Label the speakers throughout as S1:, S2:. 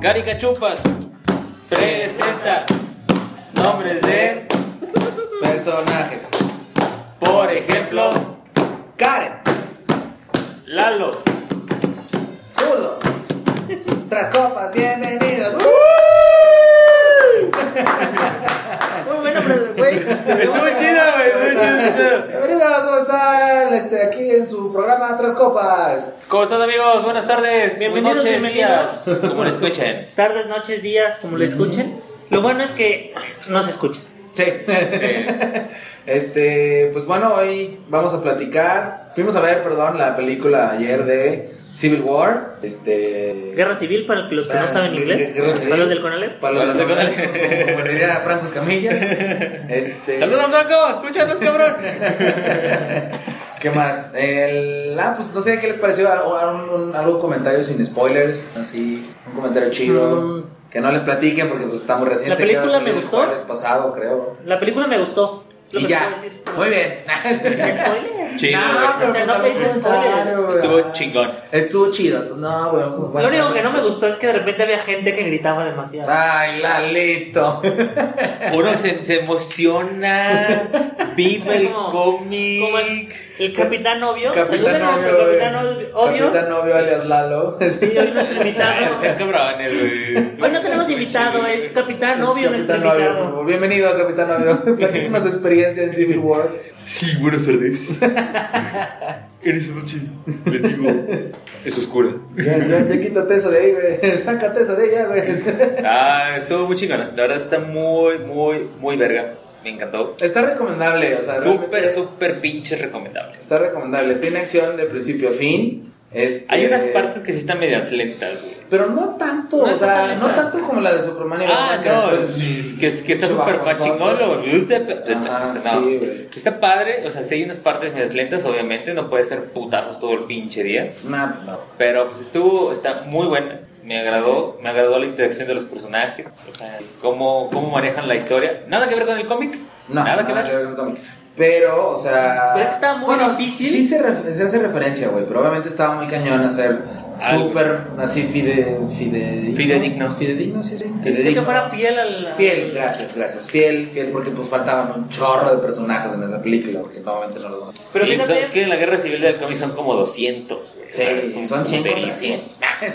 S1: Carica Chupas presenta nombres de,
S2: Personajes.
S1: por ejemplo,
S2: Karen.
S1: Lalo.
S2: Zurdo. Tras copas, bienvenidos.
S3: Muy bueno, pero güey.
S1: Estuvo chido, güey, estuvo chido.
S2: Bienvenidos, ¿cómo están? Este, aquí en su programa Tras copas.
S1: ¿Cómo están amigos? Buenas tardes,
S3: Bienvenidos,
S1: buenas noches,
S3: bienvenidos.
S1: días, como lo escuchen.
S3: Tardes, noches, días, como lo escuchen. Lo bueno es que no se escucha.
S2: Sí. Este, pues bueno, hoy vamos a platicar. Fuimos a ver, perdón, la película ayer de Civil War. Este. Ah,
S3: Guerra civil para los que no saben inglés.
S2: Guerra Civil.
S3: Para los del Conalep.
S2: Para los
S1: Para
S2: del
S1: los del
S2: Conalep, como- Como diría Franco Escamilla. Este.
S1: Saludos, Franco, escúchanos, cabrón.
S2: ¿Qué más? El, ah, pues no sé qué les pareció. a- a un- un- algún comentario sin spoilers. Así, un comentario chido.
S3: Mm.
S2: Que no les platiquen porque pues, está muy reciente.
S3: La
S2: que
S3: película
S2: va a salir
S3: me
S2: el
S3: gustó.
S2: jueves pasado, creo.
S3: La película me gustó. Lo
S2: Y
S3: que
S2: ya.
S3: puedo decir.
S2: Muy bien.
S3: ¿Spoiler?
S1: Chido,
S2: No,
S1: güey.
S2: pero
S3: O sea, no
S2: pues,
S3: pediste
S2: algún comentario,
S3: spoilers.
S2: güey.
S1: Estuvo chingón.
S2: Estuvo chido. No, güey. bueno,
S3: Lo único que no me gustó es que de repente había gente que gritaba demasiado.
S2: Ay, Lalito.
S1: Uno se, se emociona, vive el
S3: Como- Como el,
S1: cómic.
S3: el capitán novio.
S2: Capitán
S3: Saluden a nuestro
S2: novio. güey.
S3: capitán obvio. obvio.
S2: Capitán novio alias Lalo.
S3: Sí, hoy
S1: Ah,
S3: nuestro invitado.
S1: sean cabrones, güey.
S3: Hoy no tenemos invitado, es capitán novio nuestro
S2: Capitán novio.
S3: invitado.
S2: Bienvenido, Capitán novio. Platícanos su experiencia en Civil War.
S4: Sí, buenas tardes. en esta noche les digo, es oscura.
S2: Ya, ya, ya quítate eso de ahí, güey. Sácate eso de ella, güey.
S1: Ah, estuvo muy chingona. La verdad está muy, muy, muy verga. Me encantó.
S2: Está recomendable, o sea,
S1: Súper,
S2: realmente
S1: súper pinche recomendable.
S2: Está recomendable. Tiene acción de principio a fin. Este,
S1: Hay unas partes que sí están medias lentas, güey.
S2: Pero no tanto,
S1: No
S2: o sea,
S1: están
S2: no
S1: esas.
S2: tanto como la pues, de Superman y
S1: Ah,
S2: Batman, que
S1: no,
S2: después-
S1: es que, es que está
S2: se
S1: súper
S2: bajó,
S1: pachingolo,
S2: güey.
S1: güey.
S2: Ajá,
S1: No.
S2: sí, güey.
S1: Está padre, o sea, sí hay unas partes medias lentas, obviamente, no puede ser putazos todo el pinche día.
S2: Nah, pues no.
S1: Pero pues estuvo, está muy buena. Me agradó, me agradó la interacción de los personajes, o sea, cómo, cómo manejan la historia. Nada que ver con el cómic,
S2: No,
S1: nada que
S2: nada
S1: ver.
S2: que ver con cómic. Pero, o sea.
S3: Pero está muy difícil.
S2: Sí se, ref- se hace referencia, güey. Pero obviamente estaba muy cañón hacer
S1: Algo.
S2: súper así fide, fide,
S1: Fidedigno.
S2: Fidedigno, sí, sí.
S3: Quería
S2: Fidedigno.
S3: que fuera fiel al.
S2: Fiel, gracias, gracias. Fiel, fiel, porque pues faltaban un chorro de personajes en esa película, porque normalmente no los
S3: Pero
S1: Y, pues,
S3: fíjate-
S1: es que en la guerra civil del cómic son como 200. güey. O sea, es
S2: Sí,
S1: un
S2: son 100 contra
S1: puterísimo.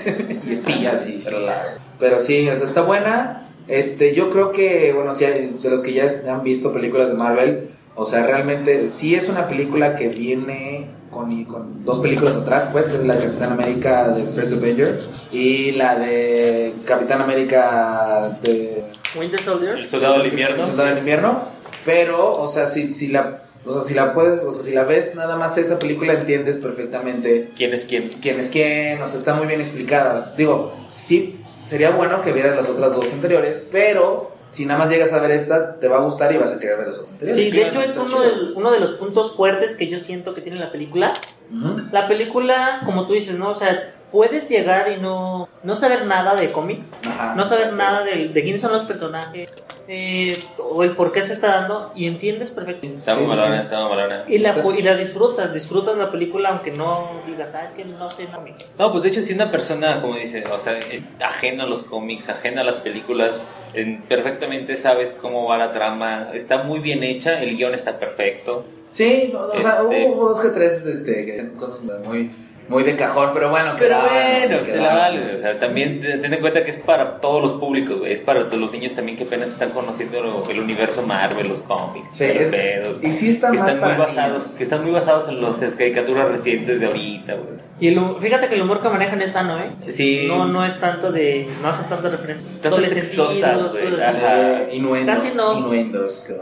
S2: 100. y espillas y tralala. Pero sí, o sea, está buena. Este, yo creo que, bueno, si hay- de los que ya han visto películas de Marvel, o sea, realmente sí es una película que viene con, y con dos películas atrás, pues, que es la de Capitán América de First Avenger y la de Capitán América de
S3: Winter Soldier.
S1: El soldado del invierno.
S2: el Soldado del Invierno, pero, o sea, si, si la, o sea, si la puedes, o sea, si la ves nada más esa película entiendes perfectamente
S1: ¿Quién es quién?
S2: quién es quién, o sea, está muy bien explicada. Digo, sí, sería bueno que vieras las otras dos anteriores, pero si nada más llegas a ver esta, te va a gustar y vas a querer ver las otras anteriores.
S3: Sí, de hecho es
S2: está
S3: uno,
S2: chido.
S3: del- uno de los puntos fuertes que yo siento que tiene la película.
S2: Ujú.
S3: La película, como tú dices, ¿no? O sea, puedes llegar y no, no saber nada de cómics,
S2: Ajá,
S3: no saber
S2: exacto.
S3: nada de, de quiénes son los personajes, eh, o el por qué se está dando, y entiendes perfectamente.
S1: Está
S2: Sí,
S1: muy
S2: sí,
S1: malona,
S2: sí.
S1: está muy malona.
S3: Y la,
S2: Está-
S3: ju- y la disfrutas, disfrutas la película aunque no digas, ah, es que no sé nada.
S1: No, pues de hecho, si una persona, como dice, o sea, es ajena a los cómics, ajena a las películas, en- perfectamente sabes cómo va la trama, está muy bien hecha, el guión está perfecto.
S2: Sí, no, o sea,
S1: Este-
S2: hubo hubo dos que tres este, que son cosas muy, muy de cajón, pero bueno, que
S1: Pero
S2: daban,
S1: bueno,
S2: que
S1: Ah, se la
S2: daban.
S1: vale. O sea, también te- ten en cuenta que es para todos los públicos, güey, es para todos los niños también que apenas están conociendo lo- el universo Marvel, los cómics,
S2: Sí,
S1: los
S2: es-
S1: pedos,
S2: y sí está
S1: que
S2: más
S1: están muy
S2: para
S1: basados,
S2: niños.
S1: que están muy basados en las caricaturas recientes de ahorita, güey.
S3: Y el hu- fíjate que el humor que manejan es sano, ¿eh?
S1: Sí.
S3: No, no es tanto de. No hacen tanto referencia.
S1: Tantos
S3: Dobles
S1: exosas,
S3: sentidos,
S1: güey,
S3: dobles-
S1: ajá.
S2: Eh, Innuendos.
S3: Casi no.
S2: Innuendos. eh,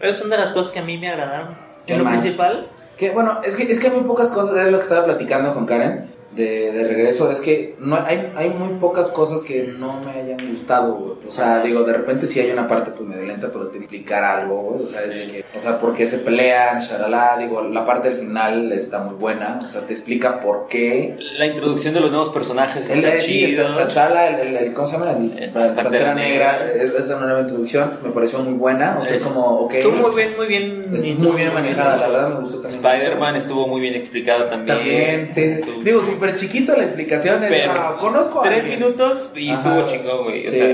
S3: Esas son de las cosas que a mí me agradaron.
S2: ¿Qué
S3: En lo
S2: más?
S3: principal,
S2: Que bueno, es que, es que hay muy pocas cosas, es lo que estaba platicando con Karen de, de regreso, es que no hay, hay muy pocas cosas que no me hayan gustado, güey. O sea, digo, de repente sí hay una parte pues medio lenta, pero tiene que explicar algo, güey. O sea, es de que, o sea, por qué se pelean, shalala, digo, la parte del final está muy buena, o sea, te explica por qué.
S1: La introducción de los nuevos personajes
S2: El,
S1: está
S2: eh, sí,
S1: chido.
S2: T'Challa, el, el, el- ¿cómo se llama? El,
S1: Eh,
S2: Pantera,
S1: Pantera
S2: Negra,
S1: Negra.
S2: es, es una nueva introducción, me pareció muy buena, o sea, es,
S1: Es-
S2: como, ok,
S3: estuvo muy bien, muy bien.
S2: es muy bien manejada, la verdad me gustó también. mucho.
S1: Spider-Man estuvo muy bien explicado también.
S2: También, sí, sí.
S1: Estuvo-
S2: Digo, súper chiquito la explicación. es,
S1: Pero-
S2: ah, conozco a
S1: Tres
S2: alguien.
S1: minutos y
S2: Ajá.
S1: estuvo chingón, güey. O
S2: Sí.
S1: sea,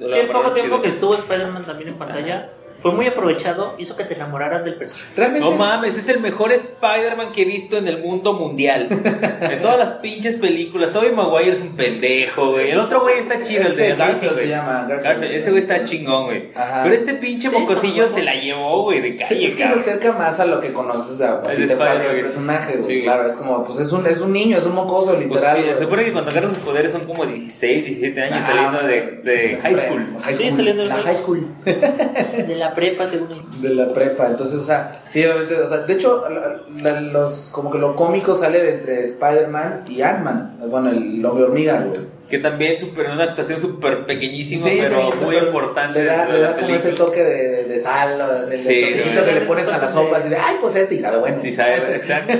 S1: lo
S3: Sí, el poco
S1: lograron
S3: tiempo
S1: chido.
S3: que estuvo Spider-Man también en pantalla fue muy aprovechado, hizo que te enamoraras del personaje.
S2: Realmente.
S1: No mames, es el mejor Spider-Man que he visto en el mundo mundial. De todas las pinches películas. Tobey Maguire es un pendejo, güey. El otro güey está chido, el
S2: Este
S1: de Amazing,
S2: Garfield se
S1: güey.
S2: llama. Garfield.
S1: Garfield, Ese güey está chingón, güey.
S2: Ajá.
S1: Pero este pinche
S3: Sí, está
S1: mocosillo
S3: guapo.
S1: se la llevó, güey, de calle,
S2: Sí, es que se
S1: cabrón.
S2: acerca más a lo que conoces a a
S1: El
S2: Peter Parker,
S1: Spider-Man.
S2: el personaje, güey,
S1: Sí.
S2: claro, es como, pues es un, es un niño, es un mocoso,
S1: Pues,
S2: literal.
S1: que
S2: güey. Ah,
S1: se supone que cuando agarran sus poderes son como 16, 17 años
S2: Ajá.
S1: saliendo de, de high school.
S2: High
S3: Sí,
S2: school.
S3: saliendo de
S2: la
S3: high
S2: high school.
S3: De la prepa, según él.
S2: De la prepa, entonces, o sea, sí, obviamente, o sea, de hecho, la- la- los, como que lo cómico sale de entre Spider-Man y Ant-Man, bueno, el hombre hormiga, güey.
S1: Que también super, una actuación súper pequeñísima,
S2: Sí,
S1: pero
S2: pero-
S1: muy
S2: pero
S1: importante
S2: Le da,
S1: dentro de
S2: le da
S1: la
S2: como ese
S1: película.
S2: toque de, de, de sal, o de- de-
S1: Sí,
S2: de toquecito
S1: güey.
S2: que le pones a la sopa, así de, ay, pues este, y sabe bueno.
S1: Sí, sabes, exacto.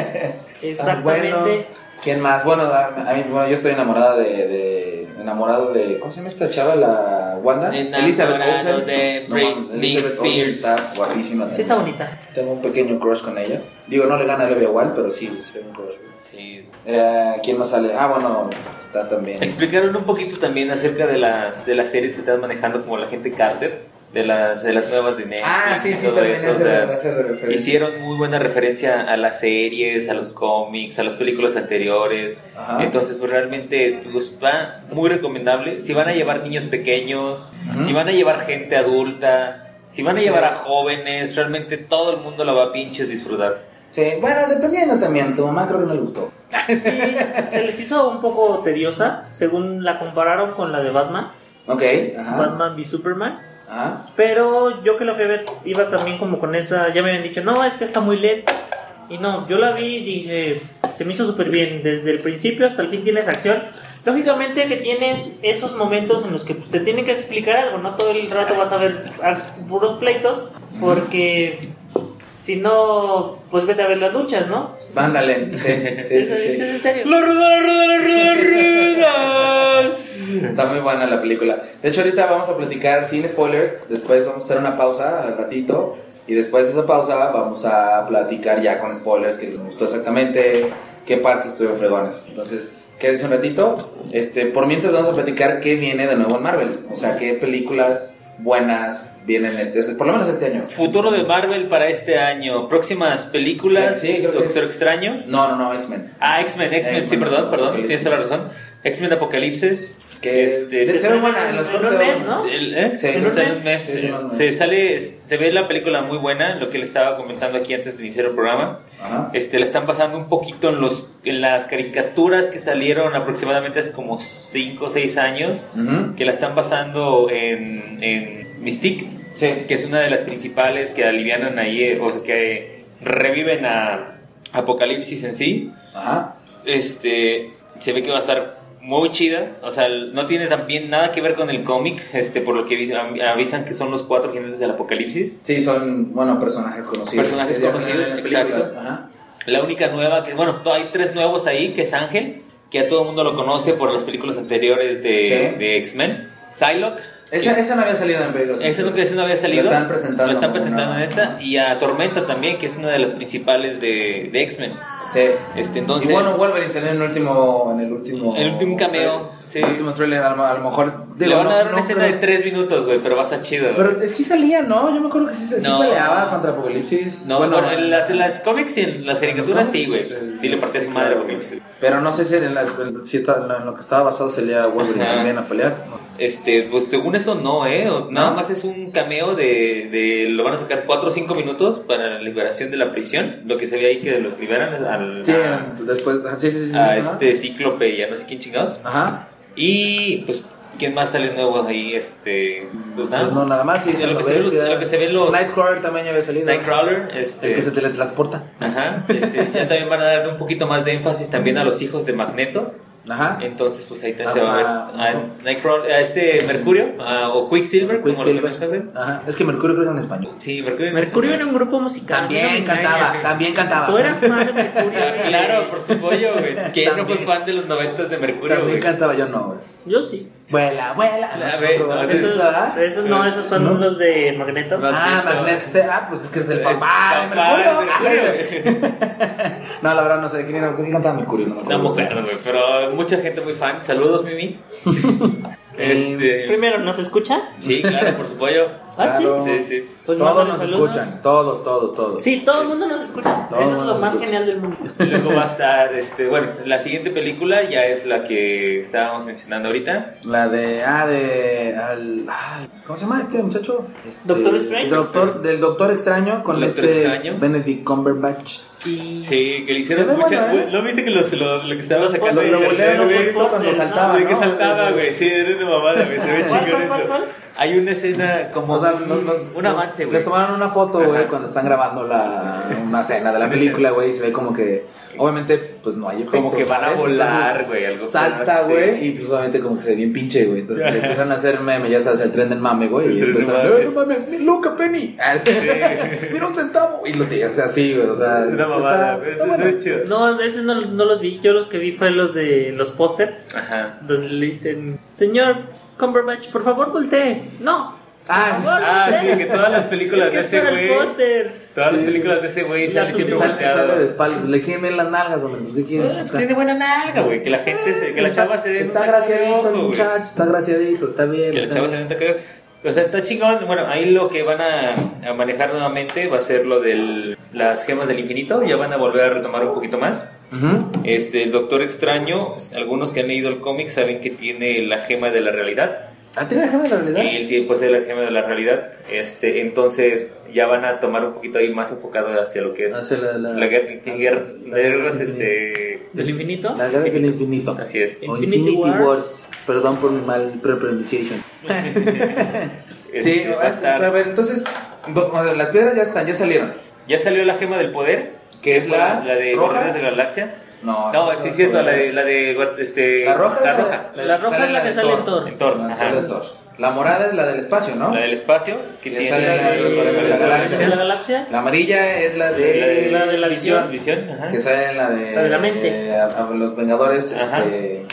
S2: Ah,
S3: Exactamente.
S2: Bueno, ¿quién más? Bueno, a, a mí- bueno, yo estoy enamorada de, de, enamorado de, ¿cómo se llama esta chava? La Wanda.
S1: Enamorado de
S2: No, man,
S1: Britney
S2: Elizabeth Olsen
S1: Spears.
S2: está guapísima. también.
S3: Sí, está bonita.
S2: Tengo un pequeño crush con ella. Digo, no le gana a Olivia Wilde, pero sí, sí tengo un crush. güey.
S1: Sí.
S2: Eh, ¿Quién más sale? Ah, bueno, está también.
S1: Explicaron un poquito también acerca de las, de las series que están manejando, como la gente Carter, de las, de las nuevas de Netflix.
S2: Ah, sí,
S1: y
S2: sí,
S1: todo
S2: también
S1: eso, o
S2: hace
S1: sea,
S2: hace referencia.
S1: Hicieron muy buena referencia a las series, a los cómics, a las películas anteriores.
S2: Ajá.
S1: Entonces, pues realmente pues, va muy recomendable. Si van a llevar niños pequeños,
S2: Ujú.
S1: si van a llevar gente adulta, si van a
S2: Sí.
S1: llevar a jóvenes, realmente todo el mundo la va a pinches disfrutar.
S2: Sí, bueno, dependiendo también. Tu mamá creo que no le gustó.
S3: Sí, se les hizo un poco tediosa, según la compararon con la de Batman,
S2: Ok, ajá.
S3: Batman v Superman.
S2: Ajá.
S3: Pero yo que la fui a ver, iba también como con esa. Ya me habían dicho, no, es que está muy lenta. Y no, yo la vi y dije, se me hizo súper bien. Desde el principio hasta el fin tienes acción. Lógicamente que tienes esos momentos en los que pues, te tienen que explicar algo, no todo el rato vas a ver ac- puros pleitos, porque si no, pues vete a ver las luchas, ¿no?
S2: Ándale. Sí, sí,
S3: Eso
S2: sí.
S3: es-
S2: sí.
S3: es en serio.
S1: ¡La ruda, la ruda, la ruda, la ruda!
S2: Está muy buena la película. De hecho, ahorita vamos a platicar sin spoilers. Después vamos a hacer una pausa al ratito. Y después de esa pausa vamos a platicar ya con spoilers que les gustó exactamente, qué partes estuvieron fregones. Entonces, quédense un ratito. Este, por mientras vamos a platicar qué viene de nuevo en Marvel. O sea, qué películas buenas vienen este, o sea, por lo menos este año.
S1: Futuro de Marvel para este año. Próximas películas.
S2: Sí, creo que
S1: Doctor
S2: es-
S1: Extraño.
S2: No, no, no, X-Men.
S1: Ah, X-Men, X-Men, sí,
S2: X-Men,
S1: perdón, perdón,
S2: Eh, Apocalipsis.
S1: tienes toda la razón. X-Men Apocalipsis.
S2: Que
S1: Este,
S2: de ser buena, en los
S3: en
S2: cómics
S3: un
S2: se ve
S3: mes,
S2: buena.
S3: ¿no?
S1: El- ¿eh?
S2: Sí,
S1: En
S2: ¿no?
S1: un mes, mes,
S2: Sí, sí, en un mes.
S1: se sale, se ve la película muy buena, lo que les estaba comentando aquí antes de iniciar el programa.
S2: Ajá.
S1: Este, la están pasando un poquito en los, en las caricaturas que salieron aproximadamente hace como 5 o 6 años,
S2: Ujú.
S1: que la están pasando en, en Mystique,
S2: Sí.
S1: que es una de las principales que alivianan ahí, eh, o sea, que reviven a Apocalipsis en sí.
S2: Ajá.
S1: Este, se ve que va a estar muy chida. O sea, no tiene también nada que ver con el cómic, este, por lo que vi- avi- avisan que son los cuatro jinetes del apocalipsis.
S2: Sí, son, bueno, personajes conocidos.
S1: Personajes
S2: Ya
S1: conocidos,
S2: salen en películas.
S1: exacto.
S2: Ajá.
S1: La única nueva que, bueno, to- hay tres nuevos ahí, que es Ángel, que a todo el mundo lo conoce por las películas anteriores de,
S2: Sí.
S1: de X-men. Psylocke.
S2: Esa,
S1: que-
S2: esa no había salido en películas.
S1: ese nunca ese no había salido.
S2: Lo están presentando.
S1: Lo están
S2: como
S1: presentando
S2: una-
S1: en esta. Y a Tormenta también, que es una de las principales de, de X-Men.
S2: Sí.
S1: Este, entonces.
S2: y bueno, Wolverine salió en el último. En el último.
S1: El último cameo. Sí.
S2: El último trailer, a lo, a lo mejor.
S1: Le
S2: digo,
S1: van a
S2: no-
S1: dar una
S2: no
S1: escena
S2: creo-
S1: de tres minutos, güey, pero va a estar chido. güey.
S2: Pero es que salía, ¿no? Yo me acuerdo que sí, se- sí
S1: No.
S2: peleaba contra Apocalipsis.
S1: no, bueno, en las, en las cómics y en las caricaturas sí, güey.
S2: cómics, eh,
S1: Sí le partía
S2: sí,
S1: su madre pues, a
S2: claro.
S1: Apocalipsis.
S2: Pero no sé si en, la- si está, en lo que estaba basado salía Wolverine
S1: Ajá.
S2: también a pelear. No.
S1: Este, pues según eso no, ¿eh? O- Nada
S2: ¿No?
S1: más es un cameo de, de- Lo van a sacar 4 o 5 minutos para la liberación de la prisión. Lo que se ve ahí que los liberan al.
S2: Sí,
S1: a,
S2: después. ajá, Sí, sí, sí. sí,
S1: a
S2: ajá.
S1: este cíclope y a no sé quién chingados.
S2: Ajá.
S1: Y pues, ¿quién más sale nuevo ahí? Este. Pues nada.
S2: Pues no, nada más. Sí,
S1: De
S2: está
S1: lo,
S2: la
S1: que se ve los,
S2: bestia.
S1: de lo que se ve los.
S2: Nightcrawler también ya había salido.
S1: Nightcrawler. Este,
S2: El que se teletransporta.
S1: Ajá. Este, ya también van a darle un poquito más de énfasis también a los hijos de Magneto.
S2: Ajá.
S1: Entonces, pues ahí también
S2: Ah,
S1: se va a ver
S2: ah,
S1: a, Nightcrawler, a este Mercurio a- o Quicksilver, como lo
S2: Quicksilver.
S1: conozcas, güey.
S2: Ajá. Es que Mercurio creo que era en español.
S1: Sí, Mercurio.
S3: Mercurio era un grupo musical.
S2: También
S3: no me
S2: cantaba,
S3: engañes.
S2: también cantaba.
S3: Tú eras fan de Mercurio. güey.
S1: Ah, Claro, por su pollo, güey. ¿Quién no fue
S2: También.
S1: fan de los noventas de Mercurio,
S2: También
S1: güey?
S2: cantaba yo, no, güey.
S3: Yo sí.
S2: Vuela, vuela.
S1: A
S2: nosotros,
S1: ver, no,
S2: ¿verdad?
S1: eso-
S2: ¿Sí, verdad?
S3: Esos, esos no, esos son
S2: Eh, No.
S3: los de Magneto.
S1: No.
S2: Ah,
S1: Magneto.
S2: Magneto. sí, Ah, pues es que es el papá de
S1: Es papá
S2: Mercurio.
S1: de
S2: Ah, no, la verdad no sé de quién era. ¿Quién cantaba Mercurio? No me
S1: No
S2: acuerdo.
S1: me acuerdo, güey, pero mucha gente muy fan. Saludos, Mimi.
S2: Eh,
S1: este,
S3: Primero, ¿nos escucha?
S1: sí, claro, por su pollo.
S3: Ah, sí.
S2: Claro.
S1: Sí, sí.
S3: Pues
S2: todos
S3: mándale
S2: nos
S3: saludos.
S2: escuchan. Todos, todos, todos.
S3: Sí, todo el mundo nos escucha.
S2: Todo el
S3: Eso es
S2: mundo
S3: lo
S2: nos
S3: más
S2: escucha.
S3: genial del mundo.
S1: Y Luego va a estar, este, bueno, la siguiente película ya es la que estábamos mencionando ahorita.
S2: La de. Ah, de. al- ay, ¿Cómo se llama este muchacho? Este,
S3: Doctor Strange.
S2: Doctor, del Doctor Extraño con
S1: Doctor
S2: este.
S1: Extraño.
S2: Benedict Cumberbatch.
S3: Sí.
S1: Sí, que le
S2: Se ve
S1: hicieron mucha.
S2: buena, ¿eh?
S1: ¿No viste que los- lo, lo que estaba sacando?
S2: Lo,
S1: de
S2: lo
S1: internet,
S2: volvieron un
S1: güey?
S2: poquito cuando
S3: póster, ¿no?
S2: saltaba.
S1: De que
S2: Ah, ¿no?
S1: saltaba, güey. Sí, era una mamada, güey. Se ve chingón
S3: ¿Cuál, cuál, cuál,
S1: eso.
S3: cuál?
S1: Hay una escena como
S2: O sea,
S1: un-
S2: los- los-
S1: un
S2: los-
S1: avance, güey.
S2: Les tomaron una foto,
S1: Ajá.
S2: güey, cuando están grabando la, una escena de la
S1: Una
S2: película, güey, y se ve como que, obviamente, pues no hay efectos.
S1: Como que van a
S2: ¿sabes?
S1: volar,
S2: Entonces,
S1: güey, algo
S2: Salta,
S1: así.
S2: güey, y pues obviamente como que se ve bien pinche, güey. Entonces le empiezan a hacer meme, ya sabes, el tren del mame,
S1: El
S2: güey. Y
S1: tren del
S2: empezaron,
S1: mame.
S2: "Eh, no mames, mi loca penny. Ah, sí. Mira un centavo. Y lo tiran, o sea, así, güey, o sea.
S1: Una mamada,
S2: está-
S1: güey.
S2: está
S1: Se
S2: bueno.
S1: ve chido.
S3: No, esos no, no los vi. Yo los que vi fue los de los pósters.
S1: Ajá.
S3: Donde le dicen, señor Cumberbatch, por favor voltee. No.
S2: Ah,
S3: por
S2: sí.
S3: favor,
S1: Ah,
S3: voltee.
S1: sí, que todas las películas
S3: Es que
S1: de
S3: es
S1: ese
S3: para el
S1: güey.
S3: póster.
S1: Todas las
S2: Sí.
S1: películas de ese güey
S3: Las
S1: sale siempre
S3: últimas-
S2: Sale,
S1: volteado.
S2: sale de espalda, le quieren ver las nalgas, hombre, pues, ¿qué quieren?
S1: Ah,
S2: O
S1: pues
S2: sea,
S1: Tiene buena nalga, güey. Que la gente se. Que la chava se dé.
S2: Está
S1: un taco de
S2: graciadito el
S1: ojo, güey.
S2: muchacho, está graciadito, está bien.
S1: Que la
S2: está
S1: chava
S2: bien.
S1: se nota que. O sea, está chingón. Bueno, ahí lo que van a, a manejar nuevamente va a ser lo de las gemas del infinito. Ya van a volver a retomar un poquito más.
S2: Ujú.
S1: Este, el Doctor Extraño, algunos que han leído el cómic saben que tiene la gema de la realidad.
S2: Ah, tiene la gema de la realidad.
S1: Y él tiene, posee la gema de la realidad. Este, entonces ya van a tomar un poquito ahí más enfocado hacia lo que es
S2: Hacia la- la-
S1: guerra,
S2: la-
S1: guerras,
S2: la-
S1: guerras,
S2: la-
S1: este,
S3: ¿Del infinito?
S2: La guerra del infinito.
S1: así es.
S2: O
S3: Infinity
S2: Infinity
S3: Wars.
S2: Wars. Perdón por mi mal pre pronunciation.
S1: Este, va a estar-
S2: a ver, entonces, do- o sea, las piedras ya están, ya salieron.
S1: ya salió la gema del poder,
S2: ¿Que es la
S1: de
S2: roja? Ah,
S1: Guardianes de la Galaxia.
S2: No,
S1: No,
S2: esa
S1: sí
S2: es
S1: es cierto,
S2: otra.
S1: la de la de este
S2: La roja.
S1: la
S2: es
S1: roja,
S3: La roja es la que sale en Thor.
S1: En Thor,
S2: La, que
S1: ajá.
S2: sale en Thor. La morada es la del espacio, ¿no?
S1: la del espacio que
S2: Ya
S1: tiene
S2: sale la de los Guardianes de la Galaxia.
S3: ¿De la galaxia?
S2: La amarilla es la de
S1: La de-
S3: la de la visión.
S1: Visión, ajá.
S2: Que sale en la de,
S3: La de la mente.
S2: eh, a- a los Vengadores,
S1: Ajá.
S2: este,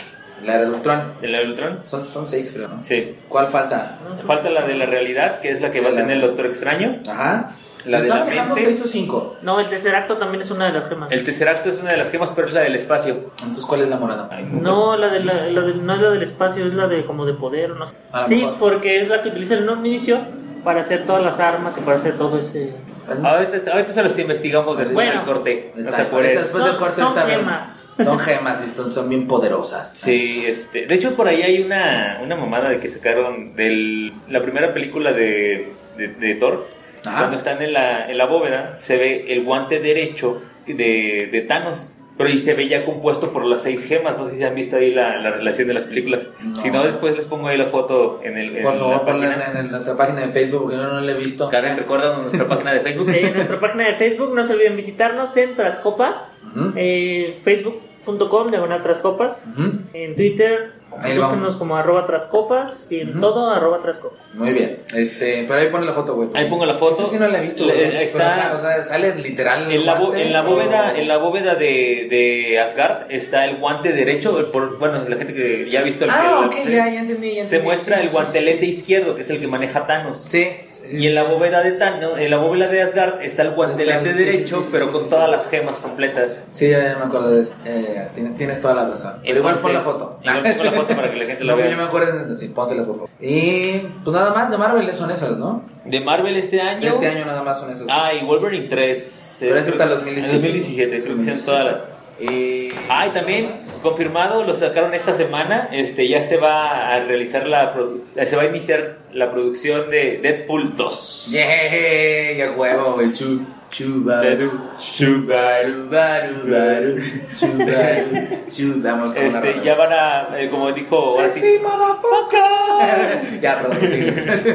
S2: la de Ultron.
S1: ¿De la de Ultron?
S2: Son, son seis, creo, ¿no?
S1: Sí.
S2: ¿Cuál falta?
S3: Ah,
S1: Falta la de la realidad, que es la que va a tener el Doctor Extraño.
S2: Ajá.
S1: La de
S2: ¿Están
S1: la
S2: manejando
S1: mente.
S2: seis o cinco?
S3: No, el tercer acto también es una de las gemas.
S1: El tercer acto es una de las gemas, pero es la del espacio.
S2: Entonces, ¿cuál es la morada?
S1: Ay,
S3: No, la de la, la del- no es la del espacio, es la de como de poder o no sé.
S2: A lo
S3: Sí,
S2: mejor.
S3: porque es la que utiliza el inicio para hacer todas las armas y para hacer todo ese...
S1: Ahorita, ahorita se los investigamos después
S3: Bueno.
S1: del corte. O sea,
S2: Detalle.
S1: por
S2: Ahorita
S1: eso.
S2: después
S3: Son-
S2: del corte
S3: son
S2: ahorita vemos.
S3: gemas.
S2: Son gemas y son, son bien poderosas.
S1: Sí, este, de hecho por ahí hay una, una mamada de que sacaron de la primera película de, de, de Thor.
S2: Ajá.
S1: Cuando están en la, en la bóveda se ve el guante derecho de, de Thanos, pero y se ve ya compuesto por las seis gemas. No sé si han visto ahí la, la relación de las películas.
S2: No.
S1: Si no, después les pongo ahí la foto en el... en
S2: Por
S1: este, la
S2: favor, ponla
S1: página.
S2: en, en nuestra página de Facebook porque yo no la he visto.
S1: Karen, recuérdanos nuestra página de Facebook.
S3: Eh, nuestra página de Facebook, no se olviden visitarnos en Trascopas,
S2: Ujú,
S3: eh, facebook.com, diagonal Trascopas,
S2: ujú.
S3: en Twitter,
S2: Ahí vamos.
S3: búsquenos como arroba Trascopas y en
S2: Ujú.
S3: todo arroba Trascopas.
S2: Muy bien. Este, pero ahí pone la foto, güey.
S1: Ahí pongo la foto.
S2: Esa sí no la he visto.
S1: Le-
S2: güey.
S1: ahí
S2: Pero,
S1: está.
S2: o sea, o sea, sale literal.
S1: En la, bo-
S2: guante Ah,
S1: en la
S2: o-
S3: Oh.
S1: bóveda, en la bóveda de, de Asgard está el guante derecho. el por- bueno, la gente que ya ha visto el
S2: Ah,
S1: el-
S2: ok, ya, ya entendí. ya
S1: Se
S2: entendí.
S1: muestra
S2: Sí, sí,
S1: el
S2: sí,
S1: guantelete
S2: sí,
S1: izquierdo, que es el que maneja Thanos.
S2: Sí. sí, sí,
S1: Y en la bóveda de Thanos, en la bóveda de Asgard está el guantelete
S2: Está el- sí,
S1: derecho,
S2: sí, sí, sí,
S1: pero
S2: sí,
S1: con
S2: sí,
S1: todas
S2: sí.
S1: las gemas completas.
S2: Sí, ya, ya me acuerdo de eso. Ya, ya, ya. Tienes, tienes Eh, toda la razón. Pero igual pon la
S1: Entonces,
S2: foto.
S1: igual pongo la foto para que la gente la
S2: Lo que yo me
S1: vea.
S2: acuerdo es de pónselas, por favor. Y pues nada más de Marvel son esas, ¿no?
S1: De Marvel este año.
S2: Este año nada más son esas.
S1: Ah, y Wolverine 3.
S2: Pero es
S1: Este-
S2: hasta el 2017.
S1: en 2017, creo que sean todas las.
S2: Y...
S1: Ah, y también confirmado, lo sacaron esta semana. Este, ya se va a realizar la, produ- se va a iniciar la producción de Deadpool 2.
S2: ¡Yay! ¡Qué huevo, güey! Chu, chu, baru, chu, baru, baru, baru, chu, baru, chu, vamos con
S1: Este, ya van a, eh, como dijo, ahora sí,
S2: ¡Sexy, motherfucker! ya, perdón, sí.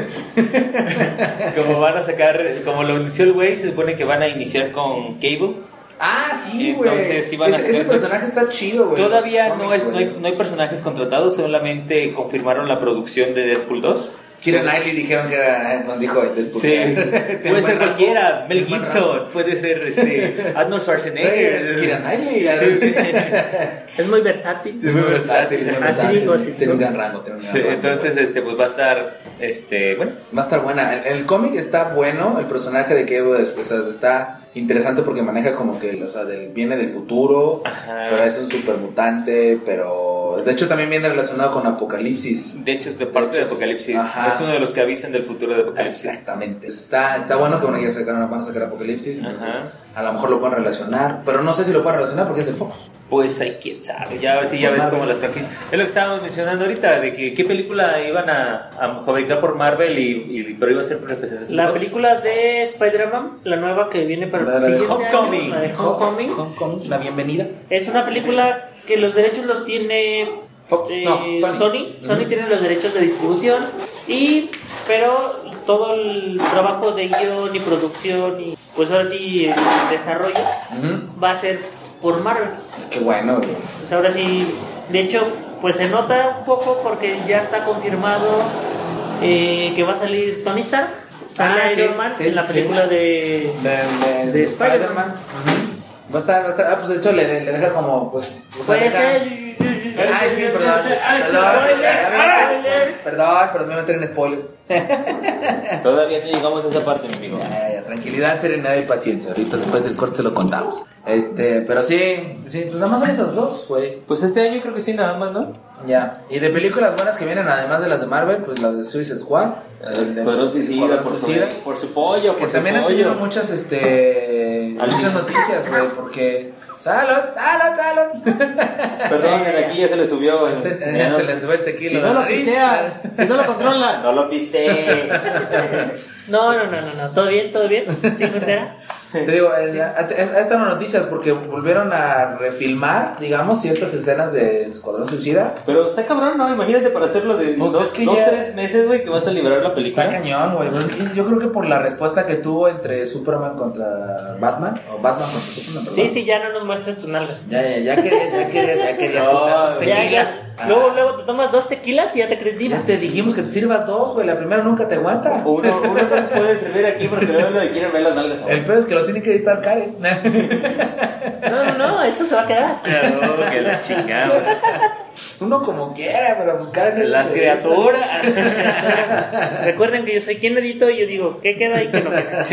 S1: como van a sacar, como lo anunció el güey, se supone que van a iniciar con Cable.
S2: Ah, sí, güey.
S1: Entonces, sí van a
S2: Ese- ese
S1: hacer-
S2: personaje está chido, güey.
S1: Todavía
S2: Los
S1: no,
S2: cómics,
S1: es, no,
S2: güey.
S1: hay, no hay personajes contratados, solamente confirmaron la producción de Deadpool 2.
S2: Kira Knightley dijeron que era. eh, Nos dijo Deadpool.
S1: Sí, puede ser cualquiera, Mel
S2: Te embarran.
S1: Gibson, puede ser este, Arnold Schwarzenegger.
S2: Kira Knightley. ya ves.
S1: ¿eh? Sí.
S3: Es muy versátil.
S2: Es muy versátil, muy
S3: Así
S2: versátil.
S3: dijo, así
S2: Tiene un
S3: dijo.
S2: gran rango. tiene un gran
S1: Sí,
S2: rango.
S1: entonces este pues va a estar este bueno
S2: Va a estar buena. El, el cómic está bueno. El personaje de Cable es- o sea, está interesante porque maneja como que o sea, del- viene del futuro.
S1: Ajá.
S2: Pero es un super mutante. Pero de hecho también viene relacionado con Apocalipsis.
S1: de hecho es de parte de
S2: hecho, es-
S1: Apocalipsis
S2: ajá.
S1: es uno de los que avisan del futuro de Apocalipsis
S2: Exactamente. Está, está bueno que bueno, ya sacaron, van a sacar Apocalipsis. Entonces,
S1: Ajá.
S2: a lo mejor lo pueden relacionar. Pero no sé si lo pueden relacionar porque es de Fox.
S1: pues ahí quién sabe ya a ver si ya ves cómo las franquicias es lo que estábamos mencionando ahorita de que qué película iban a, a fabricar por Marvel y, y- pero iba a ser por representación
S3: La película de Spider-Man, la nueva que viene para
S2: La
S3: el
S2: de
S3: siguiente año,
S1: Homecoming.
S3: la de Homecoming,
S2: Homecoming, La bienvenida.
S3: es una película que los derechos los tiene
S2: Fox,
S3: eh,
S2: no,
S3: Sony.
S2: Sony.
S3: Sony
S2: Ujú.
S3: tiene los derechos de distribución y pero todo el trabajo de guión y producción y pues ahora sí el desarrollo
S2: Ujú.
S3: va a ser por Marvel.
S2: Qué bueno, güey.
S3: Pues ahora sí, de hecho, pues se nota un poco porque ya está confirmado eh, que va a salir Tony Stark, sale
S2: Ah, sí,
S3: Iron Man
S2: sí,
S3: en la
S2: sí.
S3: película de
S2: de, de,
S3: De
S2: de
S3: Spider-Man.
S2: Spider-Man. Ujú. Va a estar, va a estar. Ah, pues de hecho le, le- le deja como, pues. o sea,
S3: Puede
S2: deja-
S3: ser.
S2: Ay, sí, perdón.
S3: Ay, sí,
S2: Perdón,
S3: spoiler, Ah.
S2: perdón,
S3: spoiler.
S2: Perdón, pero me voy a meter en spoilers.
S1: todavía no llegamos a esa parte mi amigo
S2: Eh, tranquilidad, serenidad y paciencia. Ahorita después del corte se lo contamos. Este, pero sí, sí, pues nada más son esas dos, güey.
S1: pues este año creo que sí nada más no
S2: Ya. Y de películas buenas que vienen, además de las de Marvel, pues las de Suicide Squad. el de-
S1: Escuadrón Suicida
S2: Escuadrón
S1: por su,
S2: Suicida.
S1: por su pollo
S2: Que
S1: por su
S2: también han tenido
S1: pollo
S2: muchas, este,
S1: Al-
S2: muchas noticias, güey, porque... ¡Salud! ¡Salud! ¡Salud!
S1: perdón aquí ya se le subió
S2: Eh, Se les sube el tequila. a la nariz.
S1: si no lo controla, no lo piste.
S3: No, no, no, no, no, todo bien, todo bien, sí, entera.
S2: Te digo, eh, a- a- a- estas noticias porque volvieron a refilmar, digamos, ciertas escenas de Escuadrón Suicida.
S1: Pero está cabrón, ¿no? Imagínate para hacerlo de
S2: Pues
S1: dos,
S2: es que
S1: dos,
S2: ya-
S1: tres meses, güey, que vas a liberar la
S2: Está
S1: película.
S2: cañón, güey. Pues, y yo creo que por la respuesta que tuvo entre Superman contra Batman, o Batman contra Superman, perdón.
S3: Sí, sí, ya no nos muestres tus nalgas.
S2: Ya, ya, ya quería, ya quería, ya quería
S1: No,
S2: tu tanto
S3: Ya,
S2: tequila.
S3: ya.
S2: Ah,
S3: Luego, luego te tomas dos tequilas y ya te crees diva.
S2: Ya te dijimos que te sirvas dos, güey. La primera nunca te aguanta.
S1: Uno, uno no puede servir aquí porque luego le quieren ver las nalgas a
S2: El
S1: uno.
S2: pedo es que lo tiene que editar Karen.
S3: No, no, no, eso se va a quedar.
S1: Ah, No, que la chingada.
S2: Uno como quiera, pero pues Karen es.
S3: Recuerden que yo soy quien edito y yo digo, ¿qué queda y qué no queda?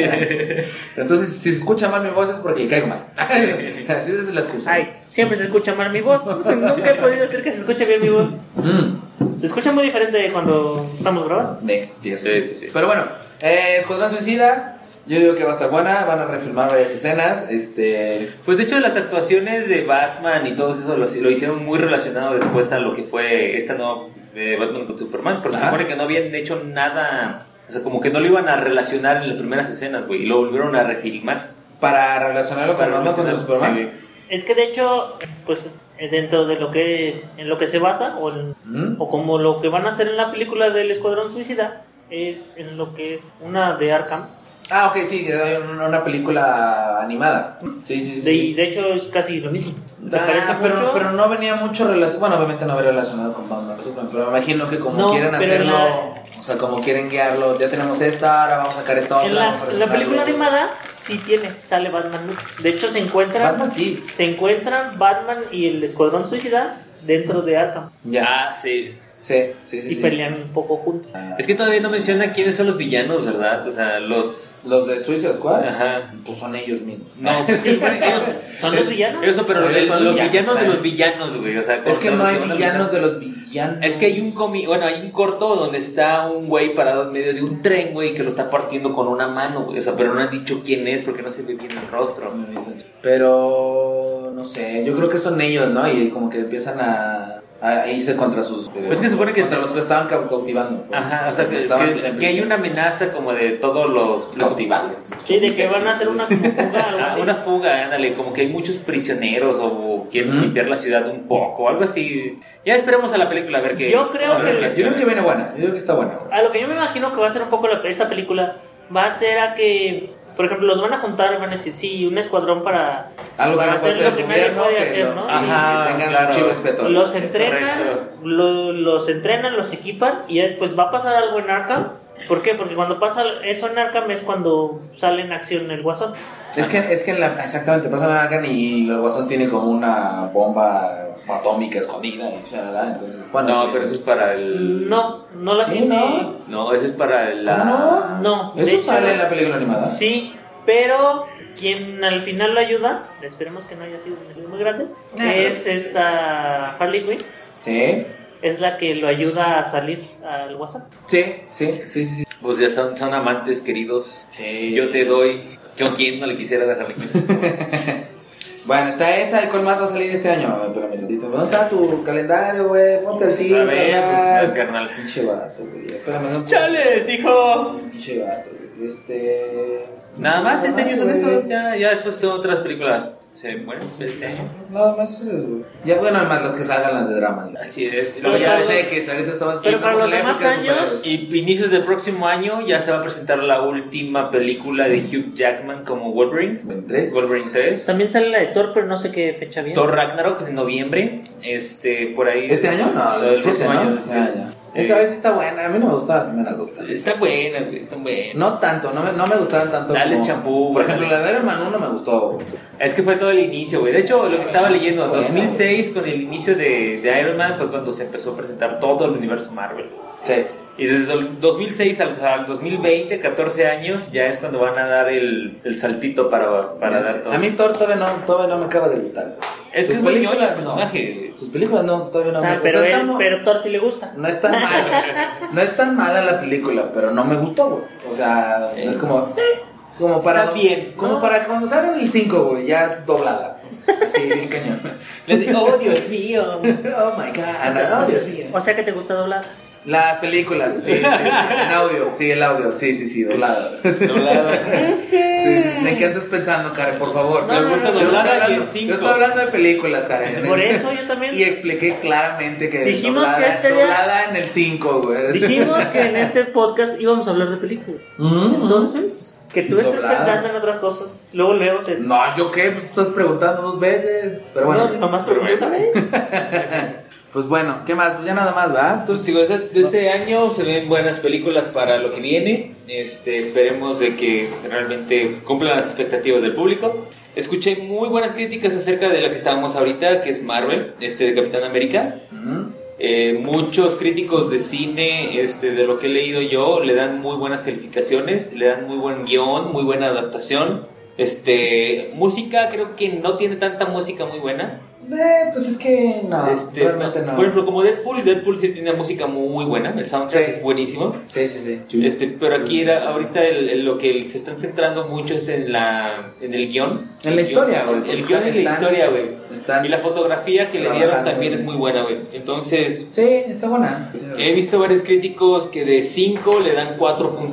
S2: Entonces, si se escucha mal mi voz es porque le caigo mal. Así es la excusa.
S3: Ay, siempre se escucha mal mi voz. Nunca he podido hacer que se escuche bien mi voz.
S2: Mm.
S3: Se escucha muy diferente de cuando estamos grabando.
S2: De,
S1: Sí, sí, sí.
S2: Pero bueno, eh, Escuadrón Suicida, yo digo que va a estar buena, van a refilmar varias escenas, este...
S1: Pues de hecho las actuaciones de Batman y todo eso lo, lo hicieron muy relacionado después a lo que fue esta nueva eh, Batman con Superman, porque se
S2: Ajá.
S1: supone que no habían hecho nada, o sea, como que no lo iban a relacionar en las primeras escenas, güey, y lo volvieron a refilmar.
S2: Para relacionarlo con
S1: Para
S2: Batman contra
S1: relacionar-
S2: Superman.
S1: sí, güey.
S3: Es que de hecho, pues dentro de lo que en lo que se basa o, en-
S2: Mm.
S3: o como lo que van a hacer en la película del Escuadrón Suicida es en lo que es una de Arkham.
S2: Ah, ok, sí, hay un- una película animada. Sí, sí, sí.
S3: De, y
S2: sí.
S3: de hecho es casi lo mismo. ¿Te
S2: Ah,
S3: parece
S2: pero,
S3: mucho?
S2: pero no venía mucho relacionado, bueno, obviamente no había relacionado con Batman, Superman, pero me imagino que como
S3: No,
S2: quieren
S3: pero
S2: hacerlo,
S3: la-
S2: o sea, como quieren guiarlo, ya tenemos esta, ahora vamos a sacar esta otra.
S3: en la,
S2: vamos a
S3: en la
S2: relacionarlo.
S3: película animada sí tiene, sale Batman mucho. De hecho se encuentra
S2: Batman sí,
S3: se encuentran Batman y el Escuadrón Suicida dentro de Arkham.
S2: ya.
S1: Ah, sí.
S2: Sí, sí, sí. Ah,
S3: y
S2: sí.
S3: pelean un poco juntos.
S1: Es que todavía no menciona quiénes son los villanos, ¿verdad? O sea, los...
S2: Los de Suiza Squad,
S1: Ajá.
S2: pues son ellos mismos.
S1: No, pues sí, güey, ellos-
S3: ¿Son los villanos?
S1: Eso, pero
S2: Ellos
S1: el-
S2: son
S1: los
S2: villanos,
S1: villanos de
S2: ¿sabes?
S1: los villanos, güey. O sea,
S2: Es que no hay
S1: cuando-
S2: villanos de los villanos.
S1: Es que hay un comi, bueno, hay un corto donde está un güey parado en medio de un tren, güey, que lo está partiendo con una mano, güey. O sea, pero no han dicho quién es porque no se ve bien el rostro.
S2: No me he visto. Pero no sé, yo creo que son ellos, ¿no? Y como que empiezan a, a irse contra sus.
S1: Pues que supone que-
S2: Contra los que estaban cau- cautivando. pues.
S1: Ajá, o sea, que,
S2: estaban
S1: que-
S2: en
S1: que hay
S2: prisión.
S1: una amenaza como de todos los... los
S2: Cautivados.
S3: Sí, de que van a hacer una como fuga, algo
S1: Ah,
S3: así.
S1: una fuga, ándale, como que hay muchos prisioneros o quieren
S2: Ujú.
S1: limpiar la ciudad un poco o algo así. Ya esperemos a la película a ver qué.
S3: Yo creo
S1: a ver qué
S3: que-
S2: Yo creo
S1: hacen.
S2: que viene buena, yo creo que está buena.
S3: A lo que yo me imagino que va a ser un poco la, esa película, va a ser a que, por ejemplo, los van a juntar, van a decir, sí, un escuadrón para...
S2: Algo
S3: para
S2: que no puede
S3: hacer
S2: ser
S3: lo
S2: el
S3: que nadie
S2: gobierno,
S3: puede
S2: que
S3: hacer,
S2: lo-
S3: ¿no?
S2: y
S1: Ajá,
S2: que tengan
S1: claro.
S2: su chivo respeto.
S3: Los
S1: Es
S3: entrenan,
S1: correcto.
S3: lo- los entrenan, los equipan y ya después va a pasar algo en Arkham. ¿Por qué? Porque cuando pasa eso en Arkham es cuando sale en acción el Guasón.
S2: Es que, es que en la- exactamente, pasan a Hagan y el guasón tiene como una bomba atómica escondida y shalala, entonces, bueno,
S1: No,
S2: sí.
S1: pero eso es para el.
S3: No, no la
S2: Sí,
S3: tiene.
S2: ¿no?
S1: No, eso es para la.
S2: ¿Cómo
S3: no? de
S2: Eso
S3: hecho,
S2: sale en la película animada.
S3: Sí, pero quien al final lo ayuda, esperemos que no haya sido un estudio muy grande,
S2: Ah,
S3: es esta Harley Quinn,
S2: Sí.
S3: es la que lo ayuda a salir al WhatsApp.
S2: Sí, sí, sí, sí.
S1: Pues ya son, son amantes queridos.
S2: sí.
S1: Yo te doy. Yo quien no le quisiera dejarle.
S2: Bueno, está esa y con más va a salir este año. Espérame un ratito. ¿Dónde está tu calendario, güey? Ponte el tiro.
S1: A ver, pues,
S2: carnal.
S1: carnal.
S2: Pinche vato, güey. Espérame. no-
S1: ¡Chales, hijo!
S2: Pinche vato, güey. Este.
S1: Nada más este año son
S2: güey.
S1: esos. Ya, ya después son otras películas. Se mueren este año.
S2: Nada más esas, güey. Ya, bueno, además las que salgan las de drama. güey.
S1: Así es. y
S3: Pero
S1: luego ya
S3: para
S2: Ya
S1: ves-
S2: sé que ahorita estamos
S3: Pero para
S2: estamos
S3: los
S2: en la
S3: demás
S2: época de
S3: años-
S2: superhéroes.
S1: Y inicios del próximo año ya se va a presentar la última película de Hugh Jackman como Wolverine.
S2: ¿Tres?
S1: Wolverine 3.
S3: También sale la de Thor, pero no sé qué fecha viene.
S1: Thor Ragnarok en noviembre. Este, por ahí.
S2: ¿Este año? No,
S1: el
S2: el 7,
S1: próximo
S2: ¿no?
S1: año.
S2: Ya,
S1: sí.
S2: ya.
S1: Eh,
S2: Esa vez está buena. A mí no me gustaban las primeras dos.
S1: Está buena, güey, está buena.
S2: No tanto, no me, no me gustaban tanto.
S1: Dale
S2: como-
S1: champú,
S2: Por
S1: güey,
S2: ejemplo,
S1: dale.
S2: la de Iron Man 1 me gustó. güey.
S1: Es que fue todo el inicio, güey. De hecho, lo que estaba leyendo,
S2: Bueno.
S1: 2006, con el inicio de, de Iron Man, fue cuando se empezó a presentar todo el universo Marvel.
S2: Sí.
S1: Y desde el 2006 al, al 2020, 14 años, ya es cuando van a dar el, el saltito para, para
S2: Ya
S1: dar
S2: sé.
S1: todo.
S2: A mí Thor todavía no, todavía no me acaba de gustar.
S1: es que
S2: Sus
S1: es muy ñoño
S2: películas,
S1: el personaje.
S2: Sus películas no, todavía no me
S3: Ah,
S2: gustan. O
S3: pero,
S2: sea,
S3: él-
S2: Pues está mu-
S3: pero Thor sí le gusta.
S2: No es tan mala. no es tan mala la película, pero no me gustó, güey. O sea,
S1: Eh.
S2: es como. eh, Como para.
S1: Está bien,
S2: Como
S1: ¿no?
S2: para cuando salgan el 5, güey, ya doblada. Así, bien cañón.
S1: Les digo, oh Dios mío.
S2: Oh my god. oh, Dios mío.
S3: O sea que te gusta doblar.
S2: Las películas, sí, sí, sí. En audio, sí, el audio, sí, sí, sí, doblada. Sí, sí. ¿De qué andas pensando, Karen? Por favor.
S3: No, no,
S2: Yo
S3: no,
S2: estoy
S3: no,
S1: doblada y
S2: hablando-
S1: en cinco.
S2: Yo estoy hablando de películas, Karen. este
S3: Por eso yo también.
S2: Y expliqué claramente que
S3: Dijimos
S2: doblada,
S3: que este día-
S2: doblada en el 5, güey.
S3: Dijimos que en este podcast íbamos a hablar de películas.
S2: Mm.
S3: Entonces, que tú estés
S2: Doblada.
S3: pensando en otras cosas, luego luego se...
S2: No, ¿yo qué? Pues estás preguntando dos veces. Pero bueno,
S3: No, nomás
S1: Pero
S3: pregunté
S1: bueno.
S3: una vez.
S2: pues bueno, ¿qué más? Pues ya nada más, ¿verdad? Tú-
S1: Entonces, digo, esas- de este año se ven buenas películas para lo que viene. Este, esperemos de que realmente cumplan las expectativas del público. Escuché muy buenas críticas acerca de la que estábamos ahorita, que es Marvel, este de Capitán América.
S2: Mm.
S1: Eh, muchos críticos de cine, este, de lo que he leído yo, le dan muy buenas calificaciones, le dan muy buen guión, muy buena adaptación. Este, música, creo que no tiene tanta música muy buena.
S2: Eh, pues es que no,
S1: Este,
S2: realmente no.
S1: Por ejemplo, como Deadpool, Deadpool sí tiene música muy buena, el soundtrack
S2: Sí.
S1: es buenísimo.
S2: Sí, sí, sí.
S1: Este, pero aquí era, ahorita el- el- lo que se están centrando mucho es en la en el guión.
S2: En la
S1: El
S2: historia,
S1: guión-
S2: güey,
S1: El
S2: porque
S1: guión y la
S2: están-
S1: historia, güey.
S2: Están...
S1: Y la fotografía que le dieron
S2: Trabajando,
S1: también es
S2: güey.
S1: muy buena, güey. Entonces,
S2: Sí, está buena.
S1: he visto varios críticos que de 5 le dan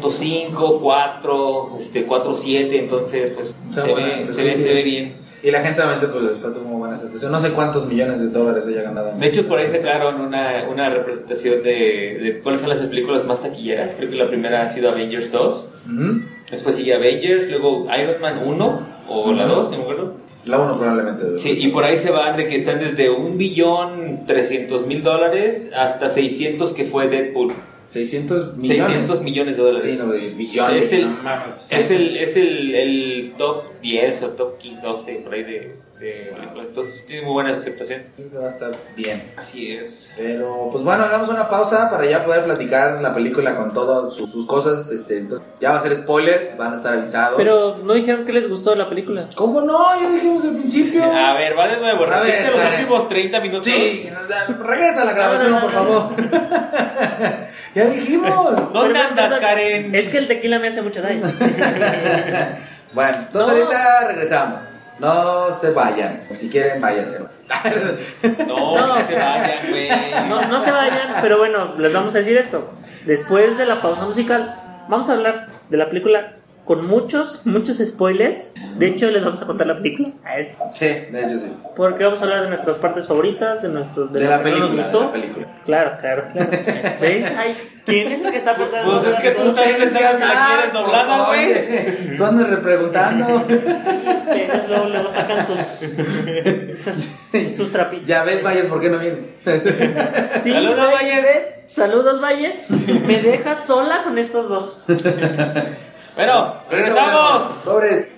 S1: 4.5, 4, este, 4.7, entonces, pues,
S2: Está
S1: se
S2: buena,
S1: ve,
S2: pues,
S1: se ve,
S2: sí,
S1: se ve
S2: sí.
S1: bien.
S2: Y la gente obviamente pues les fue muy buena satisfacción. No sé cuántos millones de dólares haya ganado.
S1: De hecho, por ahí sacaron una, una representación de, de cuáles son las películas más taquilleras. Creo que la primera ha sido Avengers 2,
S2: Ujú.
S1: después sigue Avengers, luego Iron Man 1 o la 2, no me acuerdo.
S2: La uno probablemente. güey.
S1: Sí, y por ahí se van de que están desde un billón trescientos mil dólares hasta 600 que fue Deadpool.
S2: 600 millones.
S1: 600 millones de dólares.
S2: Sí, no, de billones.
S1: Es el-
S2: no mames.
S1: Es el, es el, el top 10 o top 15, 12 por ahí de, de películas. Entonces tiene muy buena aceptación.
S2: Creo que va a estar bien.
S1: Así es.
S2: Pero, pues bueno, hagamos una pausa para ya poder platicar la película con todas sus, sus cosas. Este, entonces, ya va a ser spoiler, van a estar avisados.
S3: Pero no dijeron que les gustó de la película.
S2: ¿Cómo no? Ya dijimos al principio.
S1: A ver, va de nuevo.
S2: A
S1: Repite
S2: ver,
S1: los
S2: espera.
S1: últimos 30 minutos.
S2: Sí, o sea, regresa a la grabación, por favor. ya dijimos.
S1: ¿Dónde
S3: Pero,
S1: andas,
S3: o sea,
S1: Karen?
S3: Es que el tequila me hace mucho daño.
S2: Bueno, entonces
S3: No.
S2: ahorita regresamos. No se vayan. Si quieren, váyanse.
S1: No,
S3: No.
S1: no se vayan, güey.
S3: No, no se vayan, pero bueno, les vamos a decir esto. Después de la pausa musical, vamos a hablar de la película con muchos, muchos spoilers. De hecho, les vamos a contar la película. Ah, es-
S2: Sí, de hecho sí.
S3: Porque vamos a hablar de nuestras partes favoritas, de nuestros
S2: De la
S3: que no nos
S2: película. De
S3: gustó.
S2: la película.
S3: Claro, claro, claro. ¿Ves? Ay, ¿Quién es el que está pensando?
S1: Pues es que tú
S3: Oye,
S1: también pensabas que la quieres doblada, güey.
S2: güey. Tú andas repreguntando.
S3: ustedes luego, luego sacan sus, sus, sus trapillos.
S2: ya ves, Valles, ¿por qué no viene?
S3: Sí,
S1: Saludos, Valles.
S3: Saludos, Valles. Me dejas sola con estos dos.
S1: Bueno, regresamos.
S2: Sobres.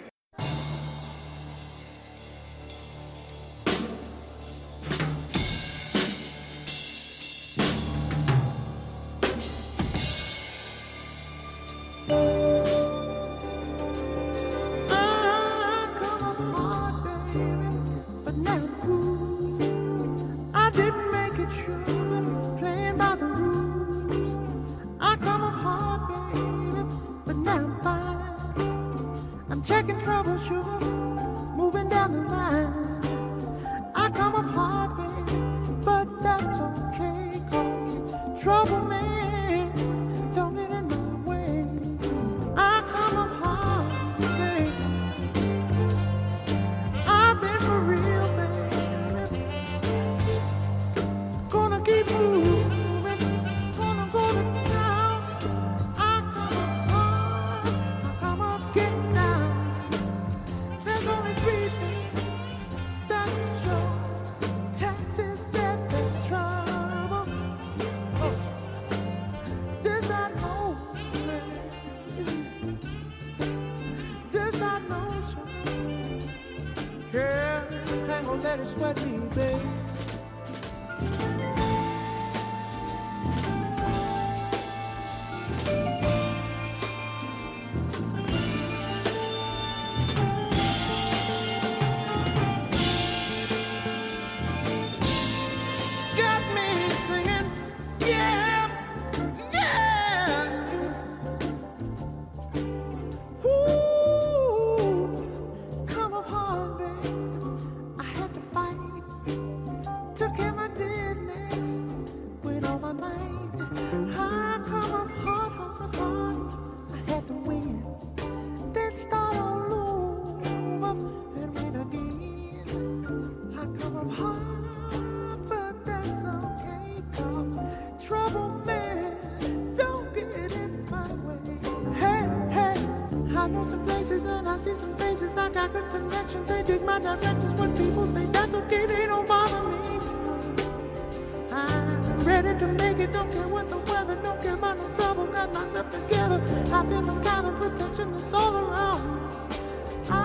S5: I didn't make it sure, playing by the rules. I come up hard, baby, but now I'm fine. I'm checking trouble, sugar, moving down the line. I come up hard, baby, but that's okay, cause trouble, man, don't get in my way. I come up hard, baby. I've been for real, baby gonna keep moving, gonna go to town. I come up hard, I come up getting down. There's only three things that's sure: taxes, death, and trouble. Oh, this I know, baby. this I know. sure. Girl, hang on, let it sweat me, baby. got me singing, yeah, yeah. Ooh, come upon me. I had to fight, took him I didness with all my might. I come up hard, hard, hard. I had to win, then start all over and win again. I come up hard, but that's okay, 'cause trouble man don't get in my way. Hey, hey, I know some places and I see some faces. I got good connections, they dig my directions. When people say that's okay, they don't bother me. I'm ready to make it, don't care what the weather, don't care about no trouble. Got myself together, I feel the kind of protection that's all around.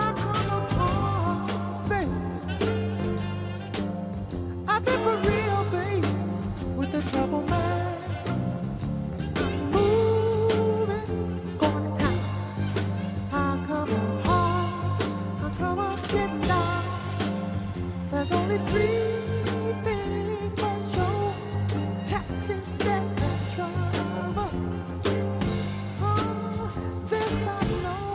S5: I come up hard, baby. I've been for real, babe, with a trouble mind. I'm moving, going to town. I come hard, I come up getting down. There's only three things for sure: taxes, debt, and trouble. Oh, this I know.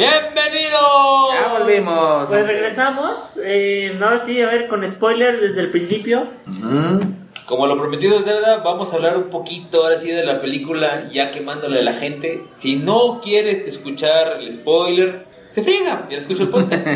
S1: ¡Bienvenidos!
S2: Ya volvimos.
S3: Pues regresamos. Eh, no, sí, a ver, con spoilers desde el principio.
S2: Ujú.
S1: Como lo prometido es deuda, vamos a hablar un poquito ahora sí de la película, ya quemándole a la gente. Si no quieres escuchar el spoiler, se friega, ya escucho el podcast.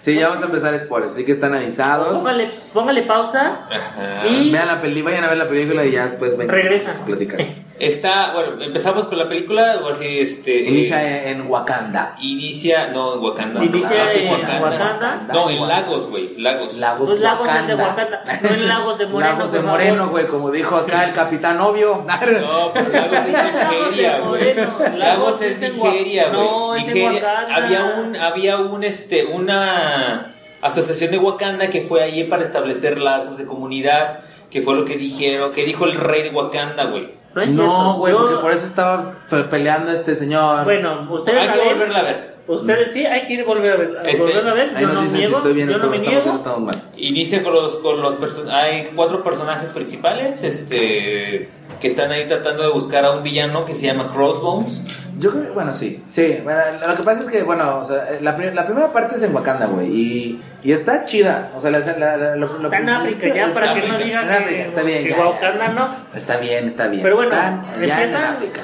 S2: Sí, ya vamos a empezar spoilers, así que están avisados.
S3: Póngale, póngale pausa.
S1: Ajá.
S3: Y
S2: Vean la peli, vayan a ver la película y ya pues vengan.
S3: Regresa.
S2: a platicar.
S1: Está, bueno, empezamos con la película, ahora sí, este... eh,
S2: Inicia en Wakanda.
S1: inicia- no, en Wakanda.
S3: Inicia
S1: Ah, sí,
S3: en Wakanda.
S1: No, en Lagos, güey, Lagos.
S2: Lagos,
S3: Los lagos
S2: Wakanda.
S3: es de Wakanda, no en Lagos de Moreno,
S2: Lagos de
S3: por favor.
S2: Moreno, güey, como dijo acá el capitán obvio.
S1: No, pero Lagos es Nigeria,
S3: Lagos
S1: güey.
S3: de Moreno,
S1: Lagos es
S3: en Gua-
S1: Nigeria, güey.
S3: No, es en
S1: Nigeria.
S3: Wakanda.
S1: Había un, había un, este, una asociación de Wakanda que fue allí para establecer lazos de comunidad, que fue lo que dijeron, que dijo el rey de Wakanda, güey.
S3: No, es
S2: No,
S3: cierto.
S2: güey,
S3: Yo-
S2: porque por eso estaba fe- peleando este señor.
S3: Bueno, ustedes
S1: Hay
S3: la
S1: que
S3: ven.
S1: volverla a ver.
S3: Ustedes sí, hay que ir volver a ver. a
S1: Este,
S3: volverla a ver.
S2: Ahí
S3: Yo
S2: nos
S3: no
S2: dicen si
S3: niego,
S2: estoy bien
S3: yo
S2: o
S3: no
S2: todo,
S3: me
S2: estamos bien o
S3: niego.
S2: todo mal.
S1: Inicia con los, con los person- hay cuatro personajes principales, este, que están ahí tratando de buscar a un villano que se llama Crossbones.
S2: Yo creo que, bueno, sí. Sí, bueno, lo que pasa es que, bueno, o sea, la, pri- la primera parte es en Wakanda, güey. Y, y está chida. O sea, la, la, la- lo- lo-
S3: Está en África ya,
S2: está
S3: para que
S2: África,
S3: no
S2: está
S3: digan
S2: en
S3: que,
S2: África, está bien,
S3: que
S2: ya,
S3: Wakanda
S2: ya.
S3: no.
S2: Está bien, está bien.
S3: Pero bueno,
S2: Están ya en
S3: empieza-
S2: África.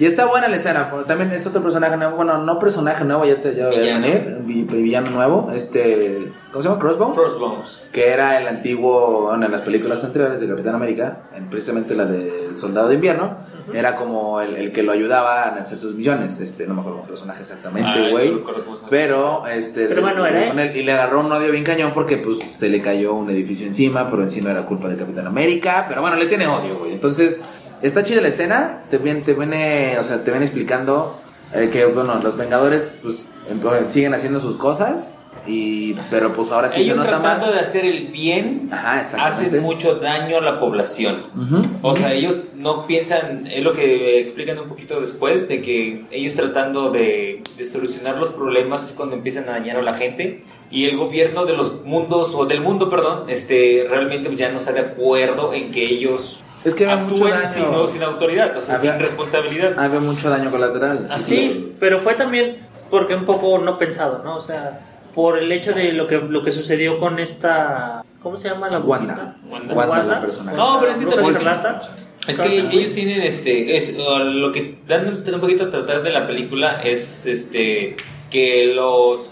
S2: Y está buena la escena, porque también es otro personaje nuevo. Bueno, no personaje nuevo, ya te ya voy a
S1: Villano.
S2: venir. vi- Villano nuevo. Este. ¿Cómo se llama? Crossbow.
S1: Crossbones.
S2: que era el antiguo, bueno, en las películas anteriores de Capitán América, en precisamente la de El Soldado de Invierno, era como el, el que lo ayudaba a hacer sus misiones, este, no me acuerdo el personaje
S1: Ah,
S2: exactamente,
S1: yo
S2: güey,
S1: no recuerdo cómo se llama.
S2: pero, este,
S3: Pero bueno, era él.
S2: con él, y le agarró un odio bien cañón porque, pues, se le cayó un edificio encima, pero en sí no era culpa de Capitán América, pero bueno, le tiene odio, güey, entonces, está chida la escena, te viene, te viene, o sea, te viene explicando eh, que, bueno, los Vengadores, pues, em- siguen haciendo sus cosas, y, pero pues ahora sí
S1: Ellos
S2: se nota
S1: tratando
S2: más.
S1: de hacer el bien
S2: Ajá, exactamente.
S1: hacen mucho daño a la población.
S2: Ujú.
S1: O sea, ellos no piensan, es lo que explican un poquito después, de que ellos tratando de, de solucionar los problemas es cuando empiezan a dañar a la gente y el gobierno de los mundos, o del mundo, perdón, este, realmente ya no está de acuerdo en que ellos
S2: Es que había mucho
S1: actúen
S2: daño.
S1: sin, no, sin autoridad, o sea,
S2: Había-
S1: sin responsabilidad.
S2: Había mucho daño colateral. sí,
S3: Sí,
S2: sí.
S3: pero fue también porque un poco no pensado, ¿no? O sea, por el hecho de lo que, lo que sucedió con esta... ¿Cómo se llama la
S2: Wanda.
S1: Wanda.
S2: Wanda,
S3: Wanda.
S2: la personaje.
S1: No, pero es que
S3: Bruja
S1: también-
S3: Escarlata.
S1: Es que ellos tienen este es uh, lo que dándote un poquito a tratar de la película es este que los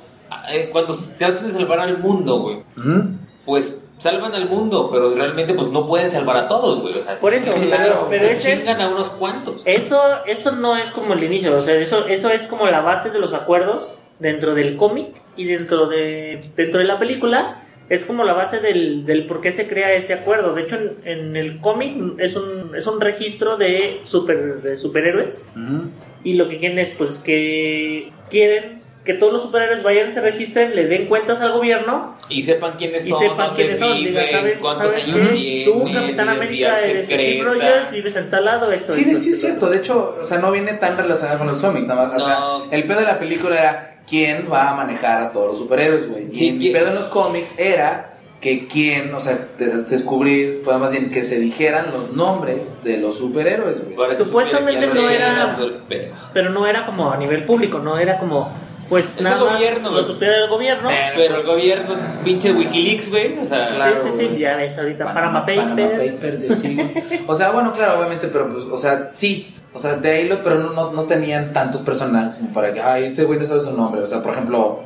S1: eh, cuando se tratan de salvar al mundo, güey,
S2: Ujú.
S1: pues salvan al mundo, pero realmente pues no pueden salvar a todos, güey, o sea,
S3: Por eso,
S1: se-
S3: pero-
S1: se
S3: pero ese es-
S1: chingan a unos cuantos.
S3: Eso, eso no es como el inicio, o sea, eso, eso es como la base de los acuerdos dentro del cómic y dentro de, dentro de la película. Es como la base del, del por qué se crea ese acuerdo. De hecho, en, en el cómic es un, es un registro de, super, de superhéroes
S2: Ujú.
S3: y lo que quieren es pues que quieren que todos los superhéroes vayan, se registren, le den cuentas al gobierno.
S1: Y sepan quiénes
S3: Y
S1: son,
S3: sepan
S1: dónde
S3: quiénes son,
S1: viven,
S3: digan, ¿sabes,
S1: cuántos
S3: sabes
S1: años
S3: qué?
S1: tienen,
S3: Tú, Capitán América,
S1: identidad
S3: eres Steve
S1: secreta.
S3: Rogers, vives en tal lado, esto.
S2: Sí,
S3: esto,
S2: sí, es
S3: esto.
S2: cierto. De hecho, o sea, no viene tan relacionado con los cómics. nada más, O
S1: No.
S2: sea, el pedo de la película era quién va a manejar a todos los superhéroes, güey.
S1: Sí,
S2: Y el
S1: ¿quién?
S2: pedo en los cómics era que quién, o sea, de- de- descubrir, pues, más bien que se dijeran los nombres de los superhéroes, güey.
S1: Para que
S3: Supuestamente
S1: supieran
S2: no
S1: quiénes
S2: era-
S1: eran, todo el pedo.
S3: pero no era como a nivel público, no era como, pues
S1: Es
S3: nada
S1: el
S3: más
S1: gobierno,
S3: lo
S1: güey.
S3: supiera el gobierno.
S1: Pero el gobierno, pinche Wikileaks, güey, o sea,
S2: Claro.
S3: sí, sí, sí,
S2: güey.
S3: ya ves ahorita Panama,
S2: Panama
S3: Papers.
S2: Papers, yo sí, güey. O sea, bueno, claro, obviamente, pero pues, o sea, sí. O sea, de ahí lo, pero no, no, no tenían tantos personajes como para que, ay, este güey no sabe su nombre. O sea, por ejemplo,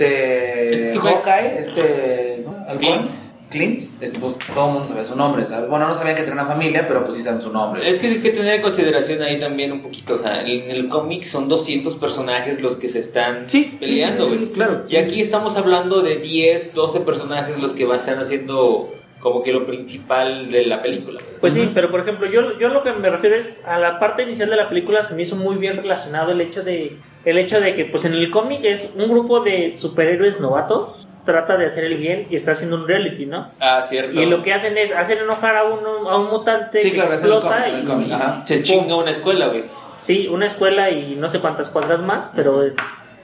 S2: este.
S1: Este güey-
S2: Hawkeye, este. ¿no? Halcón,
S1: Clint.
S2: Clint, este, pues todo el mundo sabía su nombre, ¿sabes? Bueno, no sabían que tenía una familia, pero pues sí saben su nombre.
S1: Es que hay que tener en consideración ahí también un poquito, o sea, en el cómic son 200 personajes los que se están
S2: Sí, sí,
S1: peleando,
S2: sí, sí,
S1: güey.
S2: sí, claro.
S1: Y aquí estamos hablando de 10, 12 personajes los que van a estar haciendo como que lo principal de la película. güey.
S3: Pues sí, pero por ejemplo, yo, yo lo que me refiero es a la parte inicial de la película se me hizo muy bien relacionado el hecho de el hecho de que pues en el cómic es un grupo de superhéroes novatos trata de hacer el bien y está haciendo un reality, ¿no?
S1: Ah, cierto.
S3: Y lo que hacen es hacen enojar a uno a un mutante
S2: Sí,
S3: que
S2: claro, es el
S3: explota
S2: cómic, el
S3: y-
S2: cómic, ajá.
S1: se chinga una escuela, güey.
S3: Sí, una escuela y no sé cuántas cuadras más, pero eh,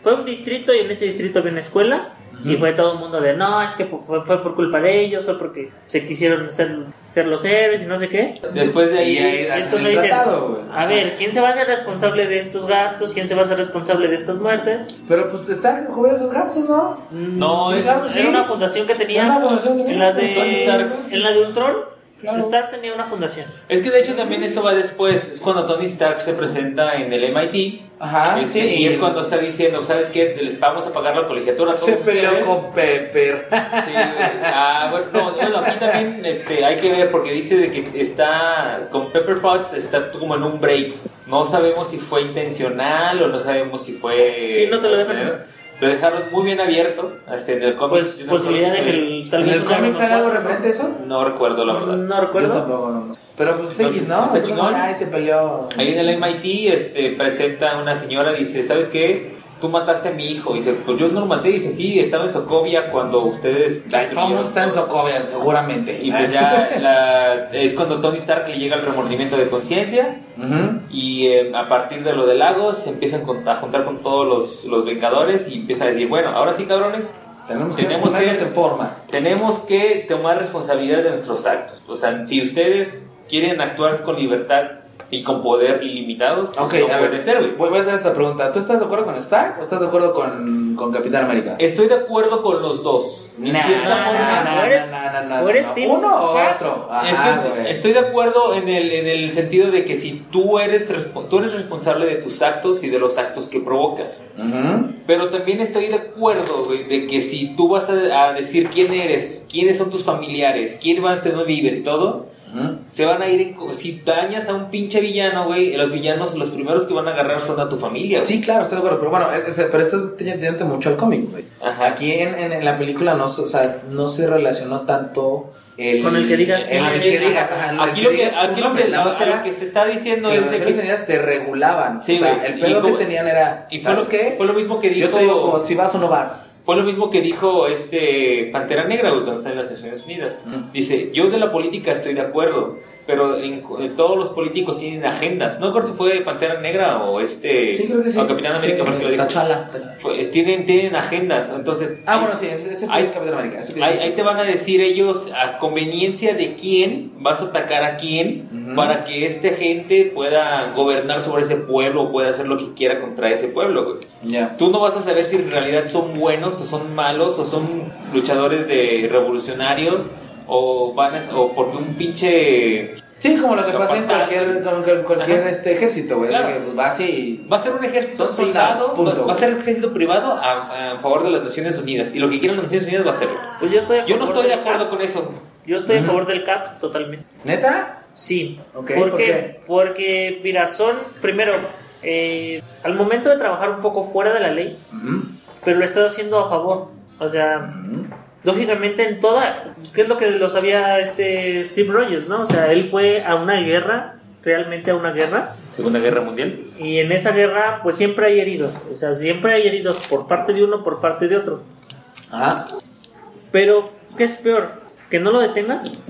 S3: fue un distrito y en ese distrito había una escuela Y fue todo el mundo de, no, es que pu- fue, fue por culpa de ellos, fue porque se quisieron ser, ser los héroes y no sé qué.
S1: Después de
S2: Y ahí
S1: ahí,
S2: hacen
S3: me
S2: el
S3: dicen,
S2: tratado, güey.
S3: A ver, ¿quién se va a hacer responsable de estos gastos? ¿Quién se va a hacer responsable de estas muertes?
S2: Pero pues te están cubrir esos gastos, ¿no?
S1: No,
S2: Sí,
S1: es-
S2: claro, Ah, pues sí.
S3: Era una fundación que tenía
S2: Una fundación que tenía
S3: en, la de,
S2: con Tony Stark.
S3: en la de Ultron.
S2: Claro.
S3: Stark tenía una fundación.
S1: es que de hecho también eso va después, es cuando Tony Stark se presenta en el MIT.
S2: Ajá,
S1: este,
S2: Ah, sí.
S1: Y es cuando está diciendo, ¿sabes qué? Les vamos a pagar la colegiatura a todos
S2: se peleó
S1: ustedes".
S2: con Pepper.
S1: Sí, güey. ah, bueno, no, bueno, aquí también este, hay que ver porque dice de que está con Pepper Potts está como en un break. No sabemos si fue intencional o no sabemos si fue.
S3: Sí, no te lo dejan.
S1: Lo dejaron muy bien abierto. Este, en el cómic.
S3: Pues,
S1: Yo no
S3: posibilidad de
S1: recuerdo
S3: que
S1: si-
S3: el- tal
S2: ¿En
S3: vez
S2: el
S3: una-
S2: cómic sale algo referente a eso?
S1: No recuerdo la verdad.
S3: No
S2: Yo
S3: recuerdo.
S2: tampoco, no. Pero pues
S1: Entonces,
S2: X, ¿no?
S1: está
S2: Es como,
S1: chingón.
S2: Ay, se peleó.
S1: Ahí en el MIT este, presenta una señora, dice, ¿sabes qué? Tú mataste a mi hijo. Dice, pues yo no lo maté. Dice, sí, estaba en Socovia cuando ustedes...
S2: Vamos, está en Sokovia, seguramente.
S1: Y pues ya la- es cuando Tony Stark le llega el remordimiento de conciencia
S2: Ujú.
S1: y eh, a partir de lo del lago se empiezan con- a juntar con todos los, los Vengadores y empieza a decir, bueno, ahora sí cabrones,
S2: Tenemos que
S1: Tenemos que-
S2: ponernos en forma.
S1: tenemos que tomar responsabilidad de nuestros actos. O sea, si ustedes quieren actuar con libertad y con poder ilimitados, pues
S2: Ok,
S1: no
S2: a
S1: puede
S2: ver.
S1: ser, güey.
S2: Voy voy a hacer esta pregunta. ¿Tú estás de acuerdo con Stark o estás de acuerdo con, con Capitán América?
S1: Estoy de acuerdo con los dos. Eh, En
S2: Nah,
S1: cierta
S2: nah,
S1: forma,
S2: nah,
S3: ¿o eres-
S2: nah, nah, nah,
S3: o eres
S2: nah.
S3: team
S2: ¿Uno o
S3: Cap?
S2: otro? Ajá,
S1: es que
S2: güey.
S1: estoy de acuerdo en el, en el sentido de que si tú eres, respo- tú eres responsable de tus actos y de los actos que provocas.
S2: Ujú.
S1: Pero también estoy de acuerdo, güey, de que si tú vas a, a decir quién eres, quiénes son tus familiares, quién vas a dónde vives y todo,
S2: Ujú.
S1: se van a ir en co- Si dañas a un pinche villano, güey, los villanos, los primeros que van a agarrar son a tu familia, güey.
S2: Sí, claro, estoy de acuerdo, pero bueno, es- es- pero estás teniendo mucho al cómic, güey.
S1: Ajá.
S2: Aquí en, en- en la película no, se- o sea, no se relacionó tanto el...
S3: Con el que digas
S2: el,
S3: tú.
S2: el
S1: Aquí,
S2: que diga, ajá, el
S1: aquí lo que,
S2: digas tú,
S1: aquí lo
S2: hombre,
S1: que,
S2: nada
S1: lo
S2: más era
S1: que se está diciendo
S2: que
S1: es
S2: las
S1: de que
S2: Naciones Unidas te regulaban.
S1: Sí,
S2: o sea,
S1: güey,
S2: el
S1: y
S2: pedo que
S1: como-
S2: tenían era...
S1: Y fue lo,
S2: ¿Sabes qué?
S1: fue lo mismo que dijo.
S2: Yo te digo como si vas o no vas.
S1: Fue lo mismo que dijo este Pantera Negra, güey, cuando está en las Naciones Unidas.
S2: Mm.
S1: Dice, yo de la política estoy de acuerdo, pero en- en todos los políticos tienen agendas. No recuerdo si fue Pantera Negra o este...
S2: Sí, creo que sí.
S1: O Capitán América,
S2: Sí,
S1: porque lo dijo.
S2: T'Challa, T'Challa.
S1: Fue- tienen, tienen agendas, entonces...
S2: Ah, bueno, sí, ese, ese fue
S1: Ahí-
S2: el Capitán América. eso que
S1: Ahí,
S2: dices.
S1: ahí te van a decir ellos a conveniencia de quién vas a atacar a quién
S2: Ujú.
S1: para que esta gente pueda gobernar sobre ese pueblo, pueda hacer lo que quiera contra ese pueblo, güey.
S2: Ya.
S1: Tú no vas a saber si en realidad son buenos o son malos o son luchadores de revolucionarios o van a- o porque un pinche
S2: Sí, como lo que pasa en
S1: Capataz.
S2: cualquier, con- con cualquier
S1: Ajá.
S2: este ejército, güey.
S1: Claro.
S2: que, pues, vas y...
S1: va a ser un ejército
S2: Son soldados,
S1: privado,
S2: punto.
S1: va, va a ser un ejército privado a, a favor de las Naciones Unidas y lo que quieran las Naciones Unidas va a hacerlo.
S3: Pues yo estoy a
S1: Yo no
S3: favor
S1: estoy de
S3: del
S1: acuerdo
S3: Cap.
S1: con eso.
S3: Yo estoy a
S2: Ujú.
S3: favor del CAP totalmente.
S2: ¿Neta?
S3: Sí.
S2: Ok,
S3: ¿Por,
S2: ¿por
S3: qué?
S2: qué?
S3: Porque, mira, son, primero, eh, al momento de trabajar un poco fuera de la ley, pero lo estás haciendo a favor. O sea, lógicamente en toda, ¿qué es lo que lo sabía este Steve Rogers, no? O sea, él fue a una guerra, realmente a una guerra,
S1: Segunda Guerra Mundial.
S3: y en esa guerra pues siempre hay heridos. O sea, siempre hay heridos por parte de uno, por parte de otro.
S2: Ajá.
S3: Pero, ¿qué es peor? ¿Que no lo detengas?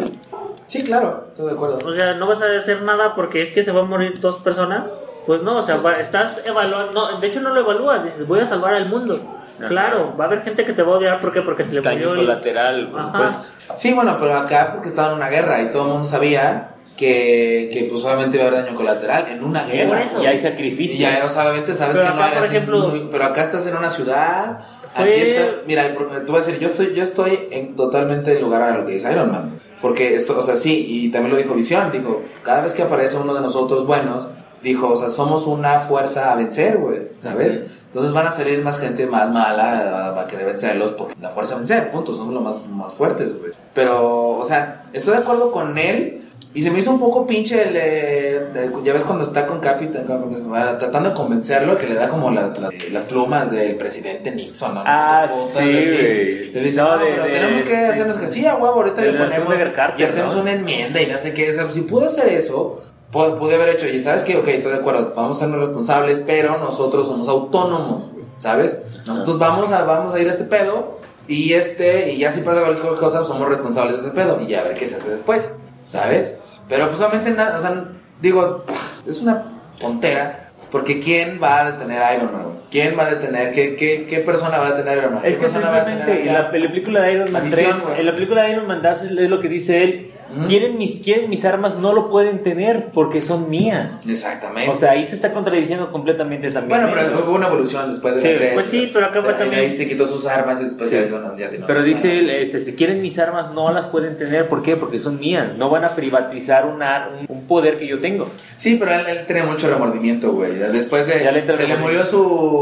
S2: Sí, claro, estoy de acuerdo.
S3: O sea, no vas a hacer nada porque es que se van a morir dos personas. Pues no, o sea, va- estás evaluando. no, de hecho, no lo evalúas. Dices, voy a salvar al mundo.
S1: Ajá.
S3: Claro, va a haber gente que te va a odiar porque porque se le murió el-
S1: colateral,
S3: por Ajá. supuesto.
S2: Sí, bueno, pero acá porque estaba en una guerra y todo el mundo sabía que, que pues obviamente iba a haber daño colateral en una
S3: Por
S2: guerra.
S3: eso. Y hay
S2: Y
S1: sacrificios.
S2: ya, o sea, obviamente sabes
S3: Pero
S2: que
S3: acá,
S2: no era
S3: por
S2: así
S3: ejemplo,
S2: muy- pero acá estás en una ciudad,
S3: fue-
S2: aquí estás, mira, tú vas a decir, yo estoy, yo estoy en totalmente en lugar a lo que dice Iron Man, porque esto, o sea, sí, y también lo dijo Visión, dijo, cada vez que aparece uno de nosotros buenos, dijo, o sea, somos una fuerza a vencer, güey, ¿sabes? Entonces van a salir más gente más mala, va a querer vencerlos porque la fuerza a vencer, punto, somos los más, más fuertes, güey. Pero, o sea, estoy de acuerdo con él, y se me hizo un poco pinche el. eh, eh, ya ves cuando está con Capitán, con- con- tratando de convencerlo, que le da como las, las, las plumas del presidente Nixon, ¿no? No sé
S4: Ah,
S2: qué putas,
S4: sí,
S2: así.
S4: güey.
S2: Le dice,
S4: No,
S2: no,
S4: de-
S2: pero
S4: de-
S2: tenemos que
S4: de-
S2: hacernos que. Sí, a huevo, ahorita
S4: de
S2: le
S4: la
S2: ponemos.
S4: Sandra Carter,
S2: y hacemos
S4: ¿no?
S2: una enmienda y no sé qué. o sea, si pudo hacer eso, pu- pude haber hecho. Y sabes que, ok, estoy de acuerdo, vamos a sernos responsables, pero nosotros somos autónomos, güey, ¿sabes? Nosotros vamos a, vamos a ir a ese pedo. Y este, y ya si pasa cualquier cosa, somos responsables de ese pedo. Y ya a ver qué se hace después, ¿sabes? Pero pues obviamente nada, o sea, digo, es una tontera. Porque ¿quién va a detener a Iron Man? güey? ¿Quién va a detener? ¿Qué, qué, qué persona va a detener a Iron Man?
S3: Es
S2: ¿Qué
S3: que
S2: persona va a detener
S3: simplemente en
S2: a-
S3: la película de Iron
S2: La
S3: Man
S2: visión,
S3: 3,
S2: güey.
S3: en la película de Iron Man 3 es es lo que dice él,
S2: Ujú.
S3: quieren, mis, quieren mis armas, no lo pueden tener porque son mías.
S2: Exactamente.
S3: O sea, ahí se está contradiciendo completamente también.
S2: bueno,
S3: ¿eh?
S2: pero hubo una evolución después de
S3: Sí,
S2: la 3.
S3: pues sí, pero acá fue también-
S2: Ahí se quitó sus armas especiales.
S1: Sí.
S2: bueno, ya tiene
S3: Pero
S2: otras
S3: dice
S2: armas.
S3: él, este, si quieren mis armas no las pueden tener, ¿por qué? Porque son mías, no van a privatizar un, ar- un- un poder que yo tengo.
S2: Sí, pero él, él tenía mucho remordimiento, güey. Después de...
S3: Ya le entra
S2: se le murió
S3: remordimiento.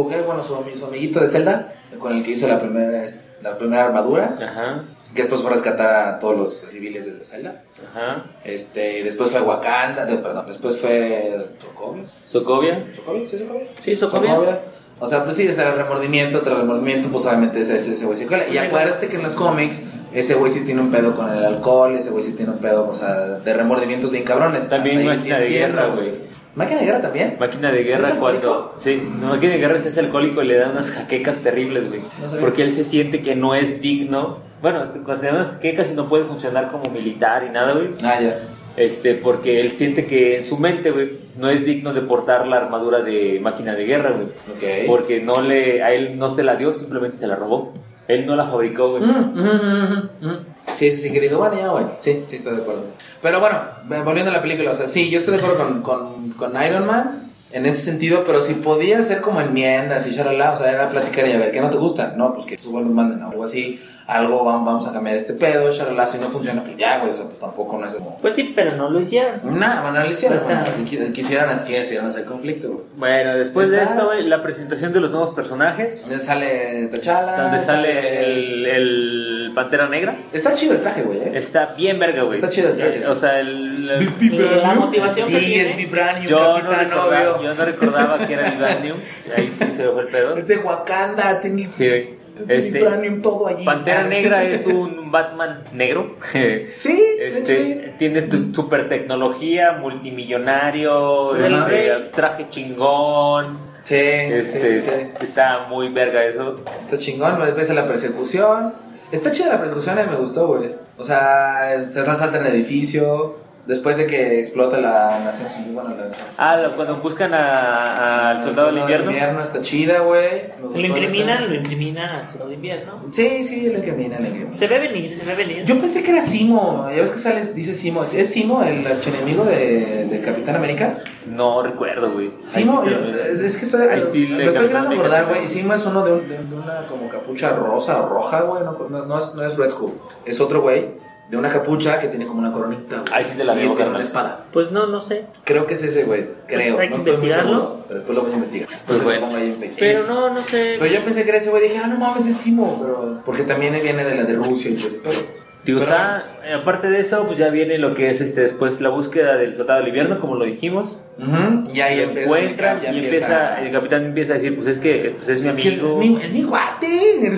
S2: su... ¿qué? Bueno, su, ami- su amiguito de Zelda, con el que hizo la primera, la primera armadura,
S3: Ajá,
S2: que después fue a rescatar a todos los civiles de Zelda.
S3: ajá.
S2: Este, después fue a Wakanda, de- perdón, después fue... Sokovia.
S3: Sokovia.
S2: ¿Sokovia? ¿Sí, Sokovia?
S3: Sí, Sokovia.
S2: Sokovia. O sea, pues sí, ese remordimiento tras remordimiento, pues obviamente ese, ese güey se cuela. Y acuérdate que en los cómics, ese güey sí tiene un pedo con el alcohol, ese güey sí tiene un pedo, o sea, de remordimientos bien cabrones.
S3: También
S2: Hasta ahí
S3: Máquina
S2: sí
S3: de
S2: entiendo,
S3: Guerra, güey.
S2: ¿Máquina de guerra también?
S3: Máquina de guerra
S2: ¿Es
S3: cuando...
S2: alcohólico?
S3: Sí, no, máquina de guerra es alcohólico y le da unas jaquecas terribles, güey.
S2: No sabía.
S3: porque él se siente que no es digno. Bueno, considerando unas jaquecas y no puede funcionar como militar y nada, güey.
S2: Ah, ya.
S3: Este, porque él siente que en su mente, güey, no es digno de portar la armadura de máquina de guerra, güey.
S2: Ok.
S3: Porque no le, a él no se la dio, simplemente se la robó. Él no la fabricó, güey.
S2: Mm, mm, mm, mm, mm. Sí, sí, sí, que digo, bueno, ya, güey. Sí, sí, estoy de acuerdo. Pero bueno, ve- volviendo a la película, o sea, sí, yo estoy de acuerdo con, con, con Iron Man en ese sentido, pero si podía ser como enmiendas y shalala, o sea, era platicar y a ver, ¿qué no te gusta? No, pues que tus buenos manden algo así, algo, vamos, vamos a cambiar este pedo, shalala, si no funciona, pues ya, güey, o sea, pues tampoco no es como...
S3: Pues sí, pero no lo hicieron.
S2: Nada, bueno, no lo hicieron,
S3: O sea-
S2: bueno, si qui- quisieran, así quisieran hacer conflicto, güey.
S3: Bueno, después de
S2: Está-
S3: esto, güey, la presentación de los nuevos personajes.
S2: Donde sale T'Challa.
S3: Donde sale el, el Pantera Negra.
S2: Está chido el traje, güey, ¿eh?
S3: Está bien verga, güey.
S2: Está chido el traje.
S3: Eh, O sea, el, el-
S4: Es vibranium.
S3: la motivación que
S2: Sí,
S3: tiene.
S2: es Vibranium,
S3: yo, no
S2: Capitán
S3: recordaba,
S2: Obvio.
S3: yo no recordaba que era Vibranium. Ahí sí se me fue el pedo.
S2: Es de Wakanda, tiene
S3: Sí, güey.
S2: este,
S3: Este,
S2: vibranium todo allí.
S3: Pantera
S2: Ah,
S3: Negra es un Batman negro.
S2: Sí, este...
S3: Este, tiene tu- super tecnología, multimillonario,
S2: Sí, ajá.
S3: este, traje chingón.
S2: sí. Sí, sí,
S3: Este,
S2: sí, sí.
S3: está muy verga eso.
S2: Está chingón, después de la persecución. Está chida la persecución, eh, me gustó, güey. O sea, se salta en el edificio. Después de que explota la Nación Unida, bueno, la... Ah,
S3: Ah, lo- cuando buscan a- al
S2: el
S3: soldado del invierno.
S2: está chida, güey. Me
S3: Lo
S2: gustó
S3: incriminan,
S2: esa.
S3: lo incriminan al soldado del invierno.
S2: Sí, sí, lo incriminan, lo incriminan.
S3: Se ve venir, se ve venir.
S2: Yo pensé que era Simo. Ya ves que sales, dice Simo. ¿Es- ¿Es Simo el archienemigo de, de Capitán América?
S3: No recuerdo, güey.
S2: Sí, no,
S3: Ahí
S2: yo-
S3: te-
S2: es, es que estoy,
S3: ahí sí
S2: me
S3: le
S2: estoy
S3: capté
S2: queriendo
S3: que-
S2: acordar, güey. Y Sigma es uno de, un- de- de una como capucha rosa o roja, güey. No, no, no es, no es Red Skull. Es otro güey de una capucha que tiene como una coronita, güey.
S3: Ahí sí te la
S2: Y
S3: debo,
S2: tiene
S3: carnal.
S2: una espada.
S3: Pues no, no sé.
S2: Creo que es ese, güey. Creo.
S3: Hay
S2: No
S3: que
S2: estoy muy
S3: investigarlo.
S2: seguro. Pero después lo voy a investigar.
S3: Pues
S2: Entonces,
S3: bueno.
S2: lo pongo ahí en Facebook.
S3: Pero no, no sé.
S2: Pero yo pensé que era ese güey. Dije, ah, no mames, es Simo. Pero, porque también viene de la de Rusia y todo ese pedo.
S3: Digo,
S2: Pero
S3: está- eh, aparte de eso, pues ya viene lo que es este después la búsqueda del soldado del invierno, como lo dijimos.
S2: bueno. Ujú, Y ahí
S3: Lo
S2: empieza.
S3: encuentran
S2: ya
S3: y empieza, el capitán empieza a decir, pues es que pues es mi
S2: Es que es-
S3: amigo.
S2: es mi- es mi guate.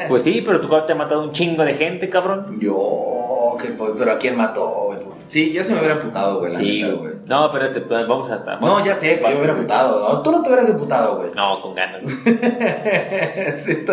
S3: Pues sí, pero tu cuate te ha matado un chingo de gente, cabrón.
S2: Yo, que, po- pero ¿a quién mató, güey? Sí, yo se me hubiera emputado, güey. la
S3: Sí,
S2: neta,
S3: güey. No, espérate, pues, vamos hasta.
S2: No, ya sé, pero yo me hubiera emputado. ¿no? Tú no te hubieras emputado, güey.
S3: No, con ganas. güey.
S2: Sí, t-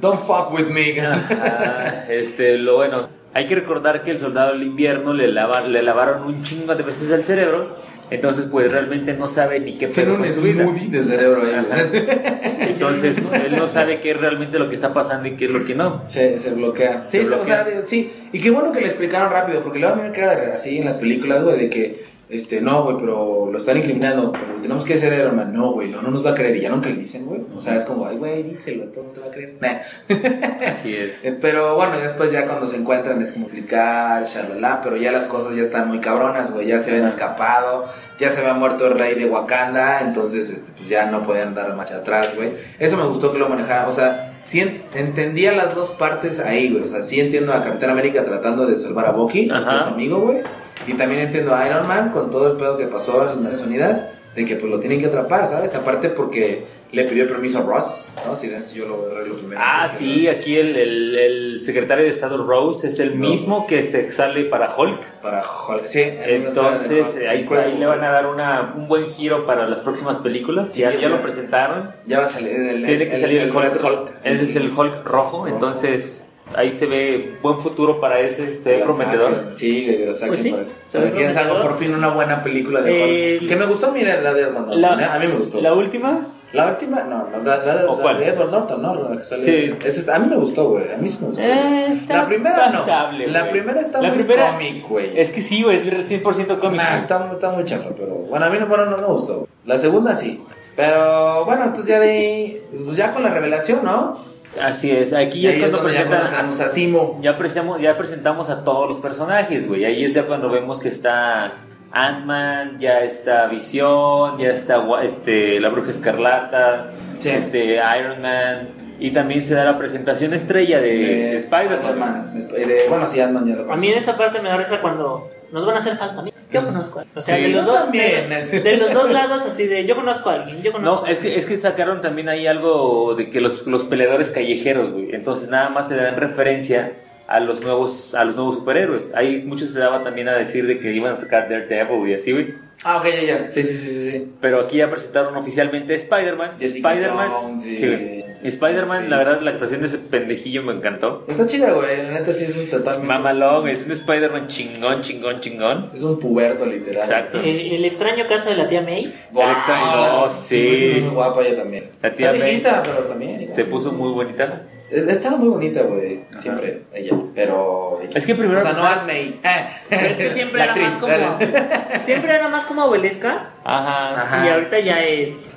S2: Don't fuck with me.
S3: Ajá, este, lo bueno. Hay que recordar que el soldado del invierno le, lava- le lavaron un chingo de veces el cerebro. Entonces, pues realmente no sabe ni qué
S2: Tiene
S3: pedo
S2: un
S3: con su vida.
S2: smoothie de cerebro ahí, güey.
S3: Entonces, él no sabe qué es realmente lo que está pasando y qué es lo que no.
S2: Se, se bloquea. Sí,
S3: Se
S2: o sea,
S3: bloquea.
S2: de- sí. Y qué bueno que le explicaron rápido, porque luego a mí me queda así en las películas, güey, de que, este, no, güey, pero lo están incriminando, pero tenemos que hacer Iron Man. No, güey, no, no nos va a creer y ya nunca le dicen, güey. O sea, es como, ay, güey, díselo, todo no te va a creer. Nah.
S3: Así es.
S2: Eh, Pero bueno, y después ya cuando se encuentran es como explicar, shalala, pero ya las cosas ya están muy cabronas, güey, ya se habían escapado, ya se había muerto el rey de Wakanda, entonces este, pues ya no podían dar marcha atrás, güey. Eso me gustó que lo manejaran, o sea, sí en- entendía las dos partes ahí, güey, o sea, sí entiendo a Capitán América tratando de salvar a Bucky, que
S3: Ajá.
S2: es su amigo, güey, y también entiendo a Iron Man con todo el pedo que pasó en Naciones Unidas, de que pues lo tienen que atrapar, ¿sabes? Aparte porque le pidió permiso a Ross, ¿no? Si si yo lo arreglo primero. pues,
S3: Ah,
S2: Entonces,
S3: sí, aquí el, el- el secretario de Estado Rose es el mismo que se sale para Hulk.
S2: Para Hulk, sí. el mismo
S3: Entonces,
S2: sale de Hulk.
S3: ahí, ahí le van a dar una, un buen giro para las próximas películas.
S2: Sí,
S3: ya, ya
S2: güey.
S3: lo presentaron.
S2: Ya va a salir el,
S3: Tiene que
S2: el-
S3: salir el
S2: Red
S3: Hulk. Ese es el Hulk rojo. Entonces,
S4: Ahí se ve buen futuro para ese, se ve prometedor.
S2: Sí, güey, que la saquen
S3: Pues sí,
S2: para-
S3: se ve
S2: para que ya salga
S3: prometedor.
S2: por fin una buena película de
S3: Eh,
S2: Hollywood. Que me gustó, mira, la de Edward Norton.
S4: La-
S2: ¿eh? a mí me gustó.
S4: La
S2: La,
S4: última,
S2: última, no, la, la- la-
S4: ¿O
S2: la
S4: cuál?
S2: de Edward Norton, ¿no? La que sale.
S4: Sí.
S2: Esa es- a mí me gustó, güey. A mí sí me gustó.
S4: Eh, está
S2: la primera no.
S4: pasable,
S2: la
S4: güey.
S2: primera está
S4: La
S2: muy
S4: primera-
S2: cómic, güey.
S4: es que sí, güey, es 100% cómic.
S2: Nah, está, está muy chafa, pero bueno, a mí no, bueno, no me gustó. La segunda sí. Pero bueno, entonces ya de ahí, pues ya con la revelación, ¿no?
S4: Así es, aquí ya
S2: Ahí
S4: es cuando
S2: donde ya
S4: presentan
S2: conocemos a Simo.
S4: Ya presentamos, ya presentamos a todos los personajes, güey. Ahí es ya cuando vemos que está Ant-Man, ya está Visión, ya está Gua- este, la Bruja Escarlata,
S2: Sí.
S4: este, Iron Man. Y también se da la presentación estrella de, de Spider-Man.
S2: Spider-Man. Sp- de- Bueno, sí, Ant-Man ya lo
S3: A mí en esa parte me da risa cuando nos van a hacer falta. A mí, yo conozco a alguien. O sea,
S4: Sí,
S3: de, los
S2: yo
S3: dos,
S2: también.
S3: de, de los dos lados, así de yo conozco a alguien. Yo conozco
S4: No,
S3: a alguien.
S4: es que, es que sacaron también ahí algo de que los, los peleadores callejeros, güey. Entonces nada más te dan referencia a los nuevos, a los nuevos superhéroes. Ahí muchos se daban también a decir de que iban a sacar Daredevil y así, güey.
S2: Ah, ok, ya, ya. Sí, sí, sí, sí, sí.
S4: Pero aquí ya presentaron oficialmente a Spider-Man.
S2: Jessica
S4: Spider-Man.
S2: Jones, sí.
S4: sí, güey. Spider-Man,
S2: Sí,
S4: la
S2: sí.
S4: verdad, la actuación de ese pendejillo me encantó.
S2: Está chida, güey. La neta sí es un totalmente.
S4: Mamalón, es un Spider-Man chingón, chingón, chingón.
S2: Es un puberto, literal.
S4: Exacto.
S3: El, el extraño caso de la tía May.
S2: Wow.
S4: El extraño- oh, sí.
S2: pues, es muy guapa ella también.
S4: La tía
S2: Está
S4: May.
S2: viejita, pero también.
S4: Se
S2: igual.
S4: puso muy bonita.
S2: Es- Estaba muy bonita, güey. Siempre, ella. Pero.
S4: Es que primero-
S2: O sea, no Ant-May.
S3: Pero es que siempre
S2: La
S3: era más
S2: actriz.
S3: como. siempre era más como obelesca.
S4: Ajá.
S2: Ajá.
S3: Y ahorita ya es.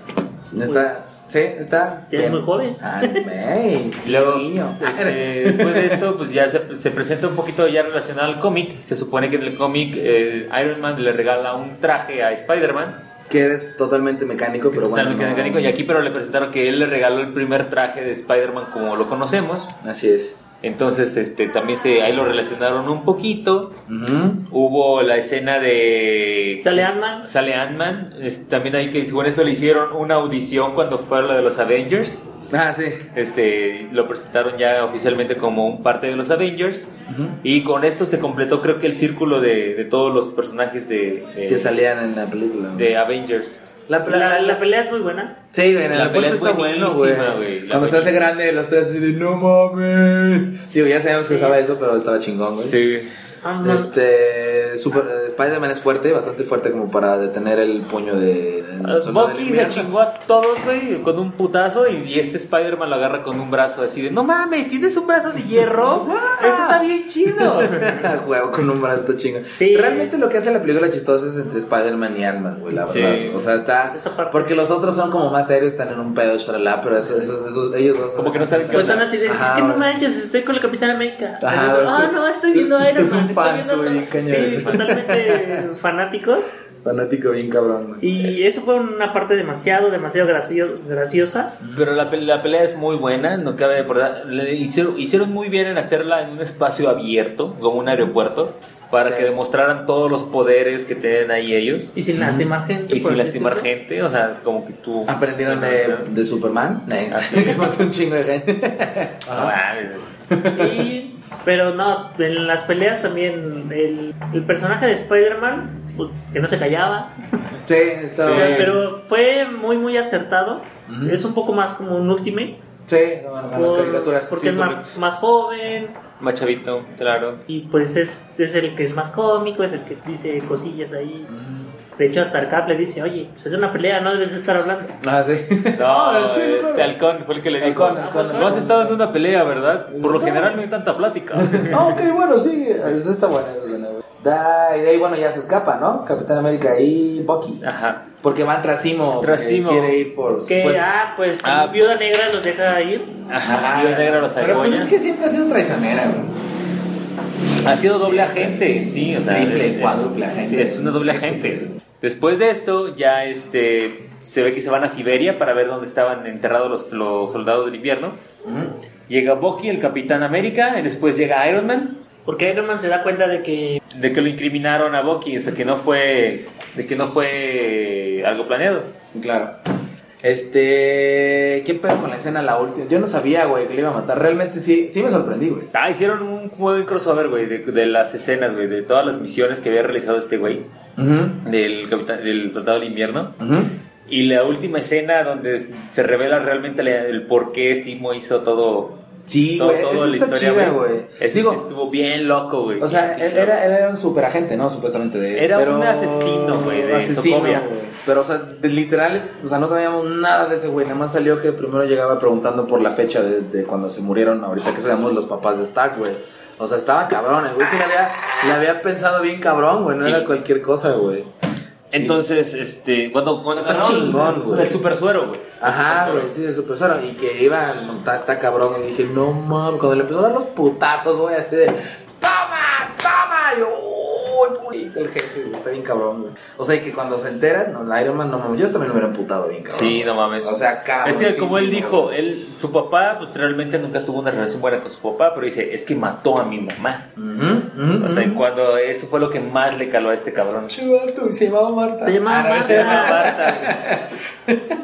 S2: Está.
S4: pues,
S2: Sí, está.
S3: Ya es muy joven.
S2: Ant-May.
S4: Y Luego,
S2: niño.
S4: este, después de esto, pues ya se, se presenta un poquito ya relacionado al cómic. Se supone que en el cómic eh, Iron Man le regala un traje a Spider-Man.
S2: Que eres totalmente mecánico,
S4: que
S2: pero
S4: es
S2: bueno.
S4: totalmente
S2: no.
S4: mecánico, Y aquí, pero le presentaron que él le regaló el primer traje de Spider-Man como lo conocemos.
S2: Así es.
S4: Entonces, este, también se, ahí lo relacionaron un poquito.
S2: Ujú.
S4: Hubo la escena de...
S3: Sale Ant-Man.
S4: Sale Ant-Man. Es- También ahí que, según eso, le hicieron una audición cuando fue la de los Avengers.
S2: Ah, sí.
S4: Este, lo presentaron ya oficialmente como un parte de los Avengers. Y con esto se completó, creo que, el círculo de, de todos los personajes de, de-
S2: Que salían en la película.
S4: Eh, de Avengers.
S2: La,
S3: La, la pelea es muy buena.
S2: Sí, güey, en
S4: La
S2: el aeropuerto
S4: pelea es
S2: está bueno, güey.
S4: buenísima, güey. La
S2: Cuando se hace
S4: película.
S2: grande, los tres así de no mames. Digo, ya sabíamos que usaba eso, pero estaba chingón, güey.
S4: Sí.
S3: Ant-Man.
S2: Este. Super, eh, Spider-Man es fuerte, bastante fuerte como para detener el puño de. solo
S4: Uh,
S2: del
S4: Bucky se
S2: invierno.
S4: chingó a todos, güey, con un putazo y, y este Spider-Man lo agarra con un brazo así de, no mames, tienes un brazo de hierro, eso está bien chido.
S2: Huevo, con un brazo está chingón.
S3: Sí.
S2: Realmente lo que hace la película chistosa es entre Spider-Man y Ant-Man, güey, la
S4: Sí.
S2: verdad. O sea, está.
S3: Esa parte.
S2: Porque los otros son como más serios, están en un pedo, chalala, pero eso- eso- eso- ellos dos.
S4: Como que no saben qué
S3: Pues son
S4: onda.
S3: así de.
S2: Ajá,
S3: es que no
S2: güey.
S3: manches, estoy con el Capitán América.
S2: Ajá,
S3: Pero,
S2: es
S3: ah,
S2: que-
S3: no, estoy viendo a
S2: es que
S3: Iron
S2: es un
S3: Man. estoy
S2: fan,
S3: viendo
S2: soy
S3: todo".
S2: bien cañón.
S3: Sí, totalmente fanáticos.
S2: Fanático bien cabrón, güey.
S3: Y eso fue una parte demasiado, demasiado gracio- graciosa.
S4: Pero la, pe- la pelea es muy buena, no cabe recordar. Le hicieron, hicieron muy bien en hacerla en un espacio abierto, como un aeropuerto, para
S2: Sí.
S4: que demostraran todos los poderes que tienen ahí ellos.
S3: Y sin lastimar gente.
S4: Y
S3: por
S4: sin
S3: así
S4: lastimar
S3: decirlo.
S4: gente, o sea, como que tú...
S2: Aprendieron de, de Superman. Eh, que mató un chingo de gente.
S4: No mames.
S3: Y- pero no, en las peleas también el, el personaje de Spider-Man, pues, que no se callaba,
S2: Sí, estaba.
S4: Sí.
S3: pero fue muy, muy acertado.
S2: Ujú.
S3: Es un poco más como un Ultimate,
S2: Sí, no, no, no, las
S3: por-
S2: caricaturas.
S3: porque
S2: Sí,
S3: es más, más joven
S4: Más chavito, claro.
S3: y pues es, es el que es más cómico, es el que dice cosillas ahí. De hecho, hasta el Cap le dice, oye, pues es una pelea, no debes de estar hablando.
S2: Ah, sí. Ah,
S4: No,
S2: sí,
S4: este
S2: claro.
S4: halcón fue el que le dijo.
S2: Halcón, halcón,
S4: no has
S2: halcón.
S4: estado en una pelea, ¿verdad? Por lo
S2: No.
S4: general no hay tanta plática.
S2: Ah, ok, bueno, sí. Eso está bueno, eso suena bueno. Da, y de ahí, bueno, ya se escapa, ¿no? Capitán América y Bucky.
S4: Ajá.
S2: Porque van tras Simo.
S4: Tras
S2: porque
S4: Simo.
S2: Quiere ir por.
S3: Que,
S2: pues-
S3: ah, pues
S4: Ah.
S3: Viuda Negra los deja ir.
S4: Ajá. Viuda negra los
S2: Pero pues
S4: apoya.
S2: es que siempre ha sido traicionera, güey.
S4: Ha sido doble agente, sí, o sea.
S2: Triple,
S4: es- es-
S2: cuádruple agente.
S4: sí, Es una doble
S2: Sí,
S4: agente.
S2: sí.
S4: Después de esto, ya este. Se ve que se van a Siberia para ver dónde estaban enterrados los, los soldados del invierno.
S2: Ujú.
S4: Llega Bucky, el Capitán América, y después llega Iron Man.
S3: Porque Iron Man se da cuenta de que
S4: De que lo incriminaron a Bucky, o sea que no fue. De que no fue algo planeado.
S2: Claro. Este. ¿Qué pedo con la escena la última? Yo no sabía, güey, que le iba a matar. Realmente sí, sí me sorprendí, güey.
S4: Ah, hicieron un buen crossover, güey, de, de las escenas, güey, de todas las misiones que había realizado este güey,
S2: Ujú.
S4: del, capitán- del soldado del invierno.
S2: Ujú.
S4: Y la última escena donde se revela realmente la- el por qué Simo hizo todo,
S2: Sí,
S1: Todo-
S2: güey,
S1: toda
S2: eso
S1: la
S2: está
S1: historia,
S2: chida,
S1: güey.
S2: güey.
S1: Ese
S2: Digo,
S1: sí estuvo bien loco, güey.
S2: O sea,
S1: Bien
S2: él era, él era un superagente, ¿no? Supuestamente de
S1: Era
S2: pero-
S1: un asesino, güey, de Socovia.
S2: güey. Pero, o sea, de- literal, es- o sea, no sabíamos nada de ese güey. Nada más salió que primero llegaba preguntando por la fecha de, de cuando se murieron. Ahorita que sabemos los papás de Stark, güey. O sea, estaba cabrón. El güey sí le había, le había pensado bien cabrón, güey. No
S1: Sí.
S2: era cualquier cosa, güey.
S1: Entonces, este, cuando, cuando
S2: Está
S1: agarraron
S2: chingón,
S1: el-
S2: güey.
S1: el super suero, güey.
S2: Ajá,
S1: El
S2: güey,
S1: supersuero.
S2: sí, el supersuero. Y que iba a montar esta cabrón. Y dije, no mames. Cuando le empezó a dar los putazos, güey, así de, ¡Toma! ¡Toma! Y yo, ¡Uy, purito el jefe! güey, Está bien cabrón, güey. O sea, y que cuando se enteran, no, el Iron Man, no mames. Yo también me hubiera emputado bien, cabrón.
S1: Sí, no mames.
S2: O sea, cabrón.
S1: Es que como él
S2: sí, sí,
S1: dijo,
S2: güey.
S1: él, su papá pues, realmente nunca tuvo una relación buena con su papá, pero dice, es que mató a mi mamá.
S2: Ujú, ujú,
S1: O sea, y
S2: ujú.
S1: cuando eso fue lo que más le caló a este cabrón.
S2: Che, vato, y Se llamaba Marta.
S3: Se llamaba
S2: Ah, no,
S3: Marta.
S2: se llamaba-
S1: Marta,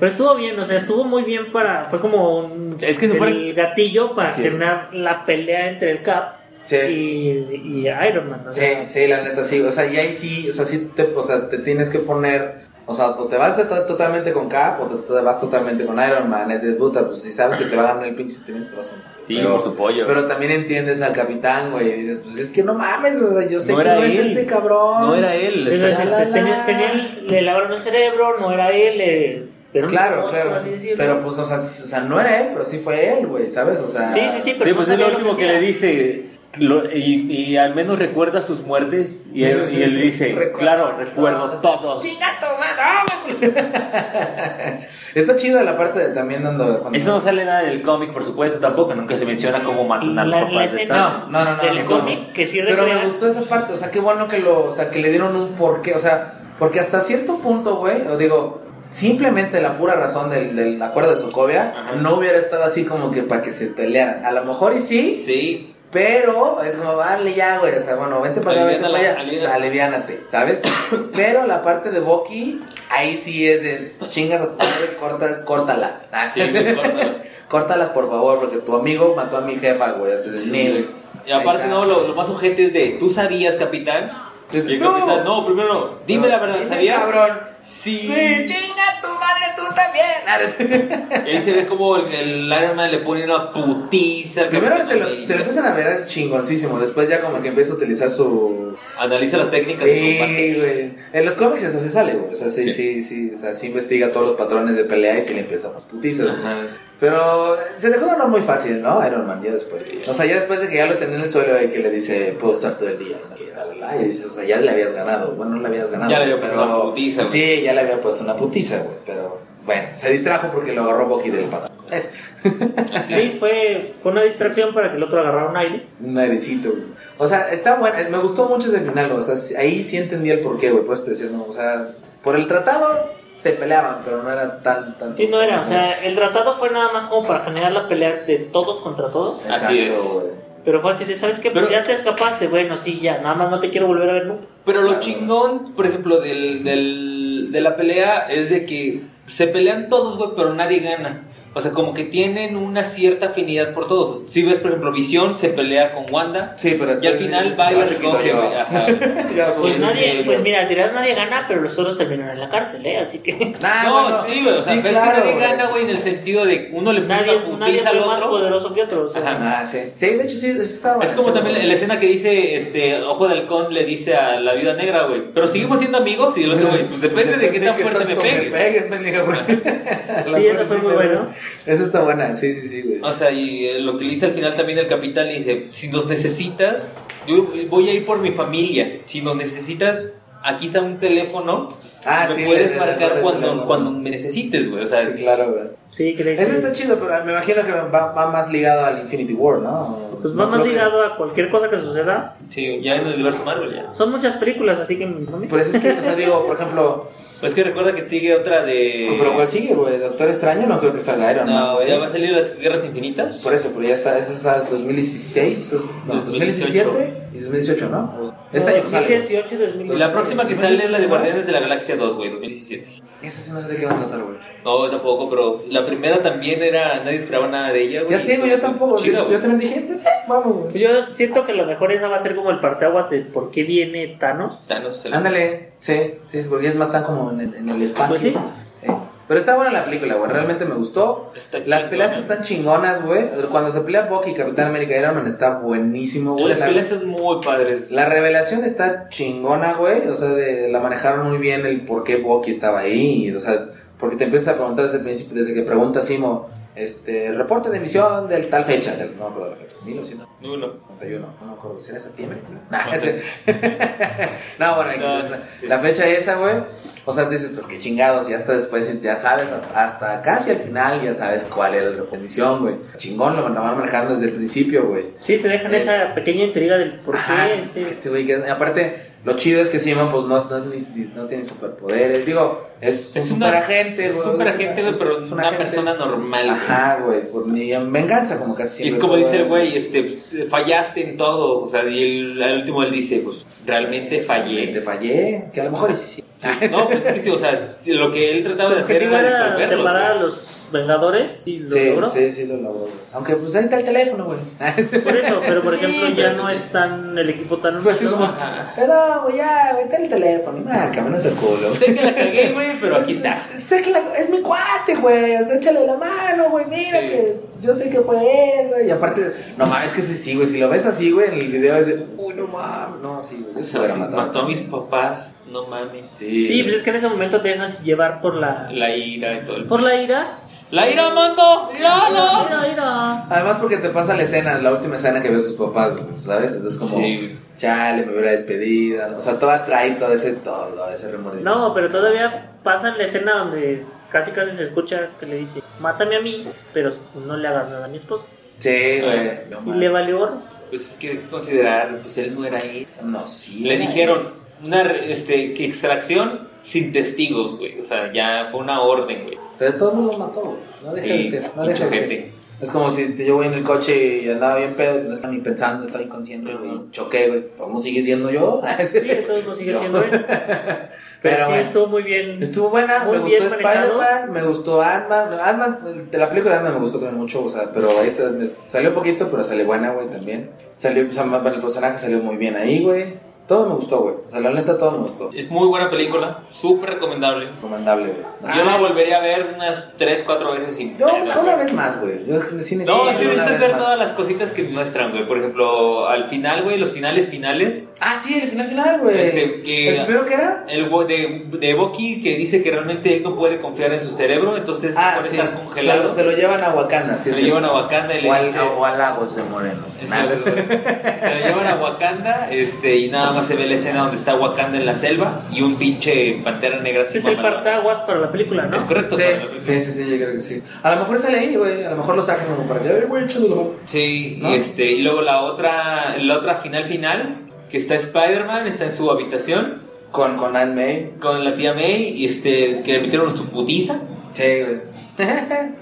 S3: Pero estuvo bien, o sea, estuvo muy bien para. Fue como un.
S1: Es que se
S3: el
S1: supone-
S3: gatillo para
S1: Así es.
S3: terminar la pelea entre el Cap
S2: Sí.
S3: y, y Iron Man. o
S2: Sí,
S3: sea.
S2: sí, la neta sí. O sea, y ahí sí, o sea, sí te, o sea, te tienes que poner. O sea, o te vas de- totalmente con Cap o te, te vas totalmente con Iron Man. Es de puta, pues si sabes que te va a ganar el pinche sentimiento, te vas con.
S1: Sí,
S2: Pero-
S1: por su pollo.
S2: Pero también entiendes al capitán, güey. Y dices, pues es que no mames, o sea, yo sé
S1: No
S2: que
S1: era
S2: no es
S1: él.
S2: este cabrón.
S1: no era él.
S3: Entonces,
S1: o sea,
S2: la,
S3: este,
S2: la, la.
S3: tenía, tenía el- le lavaron el cerebro, no era él. eh, pero
S2: Claro,
S3: no,
S2: claro.
S3: por así decirlo.
S2: Pero pues, o sea, s- o sea, no era él, pero sí fue él, güey, ¿sabes? O sea.
S3: Sí, sí, sí, pero
S1: sí,
S3: no
S1: pues es
S3: sabía
S1: lo
S3: lo
S1: último que
S3: hacía.
S1: le dice. lo- y, y al menos recuerda sus muertes. Y él, y él dice,
S2: Recuerdo
S1: claro, recuerdo todos.
S3: ¡Chinga tu madre!
S2: Está chida la parte de también dando. cuando-
S1: Eso no sale nada en el cómic, por supuesto, tampoco. Nunca se menciona cómo matan a los
S3: La- la
S1: papás de
S3: escena-
S1: Stark.
S2: No, no, no, no.
S3: Del
S2: no,
S3: cómic
S2: no.
S3: que sí
S2: Pero
S3: recrea.
S2: me gustó esa parte, o sea, qué bueno que lo, o sea, que le dieron un porqué, o sea, porque hasta cierto punto, güey, o digo, simplemente la pura razón del, del acuerdo de Sokovia
S1: Ajá.
S2: no hubiera estado así como que para que se pelearan. A lo mejor y sí,
S1: Sí,
S2: pero es como, vale ya, güey, o sea, bueno, vente para acá, vente para allá,
S1: Aliviánala,
S2: O sea, aliviánate, ¿sabes? pero la parte de Bucky, ahí sí es de, chingas a tu madre, corta, córtalas. Ah,
S1: sí, recuerdo.
S2: Córtalas, por favor, porque tu amigo mató a mi jefa, güey, así de, "Nel".
S1: Y aparte,
S2: Ahí está.
S1: no, lo, lo más ojete es de, ¿tú sabías, capitán? Y el
S2: No.
S1: capitán, no, primero, no. dime la verdad,
S2: Dime,
S1: ¿sabías?
S2: cabrón.
S1: Sí.
S2: chinga tu madre, tú también.
S1: Y ahí se ve como el, el Iron Man le pone una putiza. al
S2: Primero
S1: capitán
S2: se lo,
S1: y
S2: se lo empiezan a ver chingoncísimo, después ya como que empieza a utilizar su...
S1: Analiza las técnicas de
S2: Sí,
S1: combate.
S2: güey. En los cómics eso se sale, güey. O sea, sí, sí, sí, o sea, sí investiga todos los patrones de pelea y se le empieza a poner putizas. güey.
S1: Ajá.
S2: Pero se dejó no muy fácil, ¿no? Iron Man, ya después. O sea, ya después de que ya lo tenía en el suelo y que le dice, puedo estar todo el día. ¿no? Que la, la, la, Y dices, o sea, ya le habías ganado. Bueno, no le habías ganado.
S1: Ya le había puesto
S2: pero-
S1: una putiza, güey.
S2: Sí, ya le había puesto una putiza, güey. Pero bueno, se distrajo porque lo agarró Bucky del pata. Es
S3: Sí, fue, fue una distracción para que el otro agarrara un aire.
S2: un airecito, güey. O sea, está bueno. Me gustó mucho ese final, güey. O sea, sí- ahí sí entendí el porqué, güey. Pues te decía, no, o sea, por el tratado se peleaban, pero no era tan, tan.
S3: Sí, no era, o sea, eh, el tratado fue nada más como para generar la pelea de todos contra todos.
S2: Exacto,
S1: Así es.
S2: güey.
S3: Pero fue así de, ¿sabes qué? Pues
S1: Pero-
S3: ya te escapaste, bueno, sí, ya, nada más no te quiero volver a ver nunca.
S1: Pero lo chingón, por ejemplo, del, del- de la pelea es de que se pelean todos, güey, pero nadie gana. O sea, como que tienen una cierta afinidad por todos. Si ves, por ejemplo, Visión se pelea con Wanda.
S2: Sí, pero
S1: Y al
S2: después
S1: final
S2: dice,
S1: va y
S2: "No,
S1: la
S2: Ah, chiquito,
S1: recoge,
S2: yo".
S1: güey. Ajá.
S2: ah, Ya,
S3: Pues
S1: Sí,
S3: nadie,
S1: sí,
S3: pues
S1: sí.
S3: mira, dirás nadie gana, pero los otros terminan en la cárcel, ¿eh? Así que
S2: Ah,
S1: no,
S2: bueno,
S1: sí, güey. O sea,
S2: sí,
S1: ves
S2: claro,
S1: que nadie
S2: güey.
S1: gana, güey, en el sentido de uno le puso
S3: nadie,
S1: una
S3: nadie
S1: putiza
S3: fue
S1: al
S3: más
S1: otro.
S3: poderoso que otro. O sea,
S1: Ajá.
S2: Ah, sí. Sí, de hecho sí, sí estaba.
S1: Es como también la la escena que dice, este, Ojo de Halcón le dice a la viuda negra, güey. Pero seguimos siendo amigos y el otro, güey, pues depende de qué tan fuerte me
S2: tanto
S1: pegues.
S2: Me pegues mendiga, güey. La
S3: Sí, esa
S2: pobre
S3: fue muy
S2: sí,
S3: buena.
S2: güey. Esa está buena, sí, sí, sí, güey.
S1: O sea, y eh, lo que le dice al final también el capitán le dice, si nos necesitas, yo voy a ir por mi familia. Si nos necesitas, aquí está un teléfono.
S2: Ah,
S1: me
S2: sí, le-
S1: puedes
S2: le- le-
S1: marcar
S2: le-
S1: cuando,
S2: le-
S1: cuando me necesites, güey. O sea,
S2: Sí, claro, güey.
S3: sí, que le
S2: Ese está
S3: dicen.
S2: chido, pero me imagino que va, va más ligado al Infinity War, ¿no?
S3: Pues va
S2: No
S3: más
S2: creo que-
S3: ligado a cualquier cosa que suceda.
S1: sí, ya en el universo Marvel ya.
S3: Son muchas películas, así que no me-
S2: Por eso es que, o sea, digo, por ejemplo,
S1: Pues que recuerda que sigue otra de...
S2: pero ¿cuál sigue, güey? Doctor Extraño no creo que salga Iron Man.
S1: No,
S2: güey.
S1: ya va a salir las Guerras Infinitas.
S2: Por eso, pero ya está, eso es al 2016, no,
S1: 2018.
S2: 2017 y 2018, ¿no? Este año no sale, güey.
S3: 2018
S1: Y
S3: 2019.
S1: La próxima que sale es la de Guardianes de la Galaxia 2, güey, 2017.
S2: Esa sí no sé de qué van a tratar, güey.
S1: No, tampoco, pero la primera también era... Nadie esperaba nada de ella, güey.
S2: Ya sé, güey, yo tampoco.
S1: Chida,
S2: yo,
S1: güey.
S2: yo también dije, "Eh, vamos, güey.
S3: Pues Yo siento que a lo mejor esa va a ser como el parteaguas de por qué viene Thanos.
S1: Thanos, se la-
S2: Ándale, sí, sí, porque es más tan como en el, en el espacio.
S3: Pues sí.
S2: Sí. Pero está buena la película, güey. Realmente me gustó.
S1: Está
S2: Las
S1: chingona.
S2: peleas están chingonas, güey. Cuando se pelea Bucky y Capitán América Iron Man está buenísimo, güey.
S1: Las
S2: La-
S1: peleas son muy padres.
S2: la revelación está chingona, güey. O sea, de- la manejaron muy bien el por qué Bucky estaba ahí. O sea, porque te empiezas a preguntar desde el principio, desde que pregunta Simo, este, reporte de emisión del tal fecha, del, no me acuerdo de la fecha,
S1: Uno.
S2: 1991, no me acuerdo, ¿será septiembre? Nah, ese- no, bueno, X, la, la fecha esa, güey. O sea, dices, pero qué chingados, y hasta después ya sabes, hasta, hasta casi al final ya sabes cuál era la reporte de emisión, güey. Chingón, lo van manejando desde el principio, güey.
S3: Sí, te dejan
S2: Eh.
S3: esa pequeña intriga del por
S2: Ajá,
S3: qué.
S2: es
S3: sí.
S2: que este güey que- aparte, lo chido es que Simon pues no, no, es ni- no tiene superpoderes. Digo, es un
S1: Es una-
S2: superagente,
S1: Es
S2: güey.
S1: un agente, güey, pero
S2: es
S1: una,
S2: un agente.
S1: persona normal. güey.
S2: Ajá, güey. por- Ni en venganza, como casi
S1: Y es
S2: siempre,
S1: como dice el
S2: todo
S1: güey,
S2: es-
S1: este, fallaste en todo. O sea, y el- al último él dice, pues, realmente
S2: Te
S1: fallé.
S2: fallé. Que a lo mejor es sí.
S1: Sí, No, pues es que sí, o sea, sí, lo que él
S3: Su
S1: trataba de hacer
S3: objetivo
S1: era
S3: era separar a
S1: disolverlos.
S3: los Vengadores y lo
S2: sí,
S3: logró.
S2: sí, sí, lo logró. güey. Aunque pues ahí está el teléfono, güey.
S3: Por eso, pero por
S1: Sí,
S3: ejemplo,
S1: pero
S3: ya no
S1: pues-
S3: es tan el equipo tan
S2: Fue así Pues como,
S1: Ajá.
S2: pero güey, ya, güey, está el teléfono. Y márcame, no es el culo.
S1: güey. Sé que la cagué, güey, pero aquí está.
S2: Sé que la- es mi cuate, güey. O sea, échale la mano, güey. Mira
S1: Sí.
S2: que yo sé que fue él, güey. Y aparte, no mames, que sí, sí, güey. Si lo ves así, güey, en el video es de, uy, no mames. No, sí, güey. Yo se lo hubiera matado.
S1: Mató a mis papás, no mames.
S2: Sí.
S3: Sí, pues es que en ese momento te dejas llevar por la
S1: La ira y todo el...
S3: por la ira.
S1: ¡La ira, mando! ¡Míralo!
S3: Ira, ira.
S2: Además, porque te pasa la escena, la última escena que ve a sus papás, güey, ¿sabes? Entonces es como,
S1: Sí.
S2: chale, me hubiera despedido. O sea, toda trae todo ese, todo ese remordimiento.
S3: No, pero todavía pasan la escena donde casi casi se escucha que le dice, "Mátame a mí, pero no le hagas nada a mi esposo."
S2: Sí, güey. Eh, No,
S3: Y le
S2: mames.
S3: valió oro.
S1: Pues es que hay que considerar, pues él no era ahí.
S2: no sí.
S1: Le
S2: güey.
S1: dijeron una este, que extracción sin testigos, güey. O sea, ya fue una orden, güey.
S2: Pero todo el mundo lo mató, güey. No deja de
S1: Y
S2: ser, no
S1: mucha
S2: deja de ser.
S1: gente.
S2: Es como si te- yo voy en el coche y andaba bien pedo, no estaba ni pensando, estaba inconsciente, güey. Choqué, güey. ¿Cómo sigue siendo yo?
S3: Sí, de todos modos sigue siendo él. Pero
S2: Pero
S3: sí
S2: bueno.
S3: estuvo muy bien.
S2: Estuvo buena,
S3: Muy
S2: me
S3: bien
S2: gustó
S3: manejado.
S2: Spider-Man, me gustó Ant-Man. Ant-Man, de la película de Ant-Man me gustó también mucho, o sea, pero ahí está, me- salió poquito, pero salió buena, güey, también. Salió, o sea, más- bueno, el personaje salió muy bien ahí, güey. Todo me gustó, güey. O sea, la neta, todo me gustó.
S1: Es muy buena película, súper recomendable.
S2: Recomendable, güey.
S1: Yo la volvería a ver unas 3, 4 veces sin
S2: Yo,
S1: pedo,
S2: una
S1: güey.
S2: vez más, güey. Yo en el cine
S1: No,
S2: sí,
S1: es que
S2: una
S1: necesitas
S2: vez
S1: ver
S2: más.
S1: todas las cositas que muestran, güey. Por ejemplo, al final, güey, los finales finales.
S2: Ah, sí, el final final, güey.
S1: Este, que-
S2: ¿El primero que era?
S1: El bo- de, de Bucky que dice que realmente él no puede confiar en su cerebro, entonces
S2: Ah,
S1: puede
S2: sí.
S1: estar
S2: Se
S1: congelado.
S2: lo, se lo llevan a Wakanda, sí.
S1: Se lo
S2: sí.
S1: llevan a Wakanda y le
S2: o al,
S1: dice-
S2: o a Lagos de Moreno. Nada. este-
S1: Exacto. Se lo llevan a Wakanda este, y nada más se ve la escena donde está Wakanda en la selva y un pinche pantera negra
S3: Ese
S1: así
S3: es el
S1: mamalón.
S3: partaguas para la película, ¿no?
S1: Es correcto.
S2: Sí,
S1: para la película.
S2: sí, sí, sí, yo creo que sí. A lo mejor sale ahí, güey. A lo mejor lo sacan como para allá. güey, échalo.
S1: Sí,
S2: ¿No?
S1: y este, y luego la otra, la otra final final, que está Spider-Man, está en su habitación
S2: Con, con Aunt May.
S1: con la tía May, y este, que le metieron su putiza,
S2: Sí, güey.
S1: Este.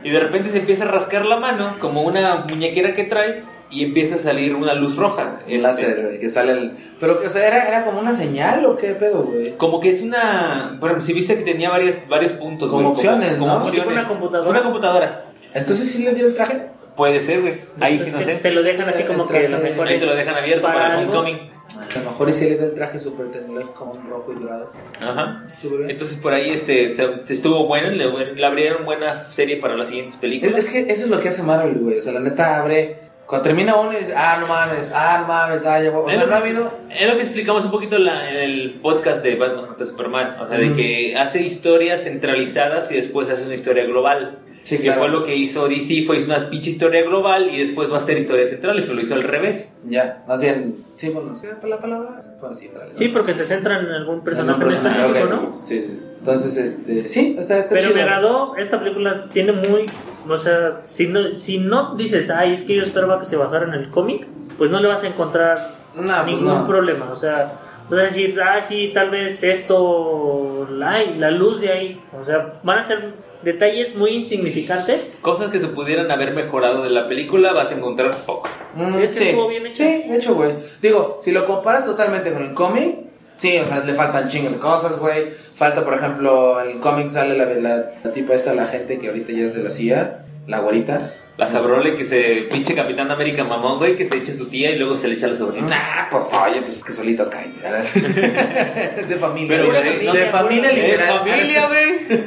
S1: y de repente se empieza a rascar la mano, como una muñequera que trae, y empieza a salir una luz roja.
S2: El
S1: este,
S2: láser, güey. Que sale el. Pero, o sea, ¿era, era como una señal o qué pedo, güey.
S1: Como que es una. Bueno, si viste que tenía varias, varios puntos.
S2: Como
S1: güey,
S2: opciones,
S1: como
S2: ¿no?
S1: opciones.
S3: Una computadora.
S1: Una computadora.
S2: Entonces sí le dio el traje.
S1: Puede ser, güey. Ahí sí
S3: Entonces,
S1: no
S3: te-
S1: sé.
S3: Te lo dejan así como que a lo mejor
S1: Ahí te lo
S3: es
S1: dejan abierto para, el
S3: algo.
S1: homecoming.
S2: A lo mejor y sí le dio el traje súper tecnológico, un rojo y dorado.
S1: Ajá.
S2: Súper bien.
S1: Entonces por ahí este se- se estuvo bueno, le, le abrieron buena serie para las siguientes
S2: Es,
S1: películas.
S2: es que eso es lo que hace Marvel, güey. O sea, la neta abre. Cuando termina uno y dice, ah, no mames, ah, no mames, ah, ya voy. O sea, no ha habido.
S1: es lo que explicamos un poquito la- en el podcast de Batman contra Superman, o sea, de
S2: Ujú.
S1: que hace historias centralizadas y después hace una historia global.
S2: Sí,
S1: que
S2: claro.
S1: fue lo que hizo DC, fue hizo una pinche historia global y después va a hacer historias centrales, pero lo hizo al revés.
S2: Ya, más bien, sí, bueno, ¿sí era la palabra? Bueno, sí, dale.
S3: Sí, porque se centran en algún
S2: No,
S3: personaje en
S2: no, personaje,
S3: específico,
S2: ok.
S3: ¿no?
S2: Sí, sí. Entonces, este, sí, o sea, está
S3: Pero
S2: chido.
S3: me agradó, esta película tiene muy, o sea, si no, si no dices, ay, es que yo esperaba que se basara en el cómic, pues no le vas a encontrar
S2: No,
S6: Ah,
S2: pues
S3: ningún
S2: no.
S3: problema, o sea, vas a decir, ah, sí, tal vez esto, la, la luz de ahí, o sea, van a ser detalles muy insignificantes.
S1: Cosas que se pudieran haber mejorado de la película vas a encontrar pocas.
S2: Mm,
S3: Es que
S2: sí.
S3: estuvo bien hecho.
S2: Sí, de hecho, güey. Digo, si lo comparas totalmente con el cómic, sí, o sea, le faltan chingos de cosas, güey. Falta, por ejemplo, en el cómic sale la, la, la tipa esta, la gente que ahorita ya es de la CIA.
S6: la güerita.
S1: La Sabrole que se pinche Capitán de América mamón, güey, que se echa a su tía y luego se le echa a la sobrina.
S6: Nah, pues oye, pues es que solitos caen. ¿verdad? de familia.
S1: Pero,
S6: güey.
S1: güey,
S6: de,
S1: no
S3: te
S6: familia
S3: acuerdas.
S1: De
S6: literal.
S1: familia, güey.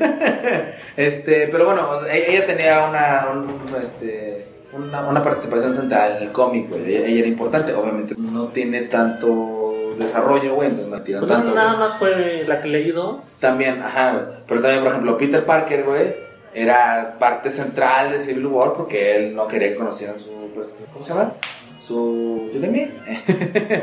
S6: Este, pero bueno, o sea, e- ella tenía una, un, este, una, una participación central en el cómic, güey. Ella, ella era importante, obviamente no tiene tanto desarrollo, güey, entonces no la tiran
S3: Pues
S6: tanto.
S3: nada
S6: güey.
S3: más fue la que le ayudó.
S6: También, ajá, güey. Pero también, por ejemplo, Peter Parker, güey, era parte central de Civil War porque él no quería que conocieran su, pues, ¿cómo se llama? Su, yo también,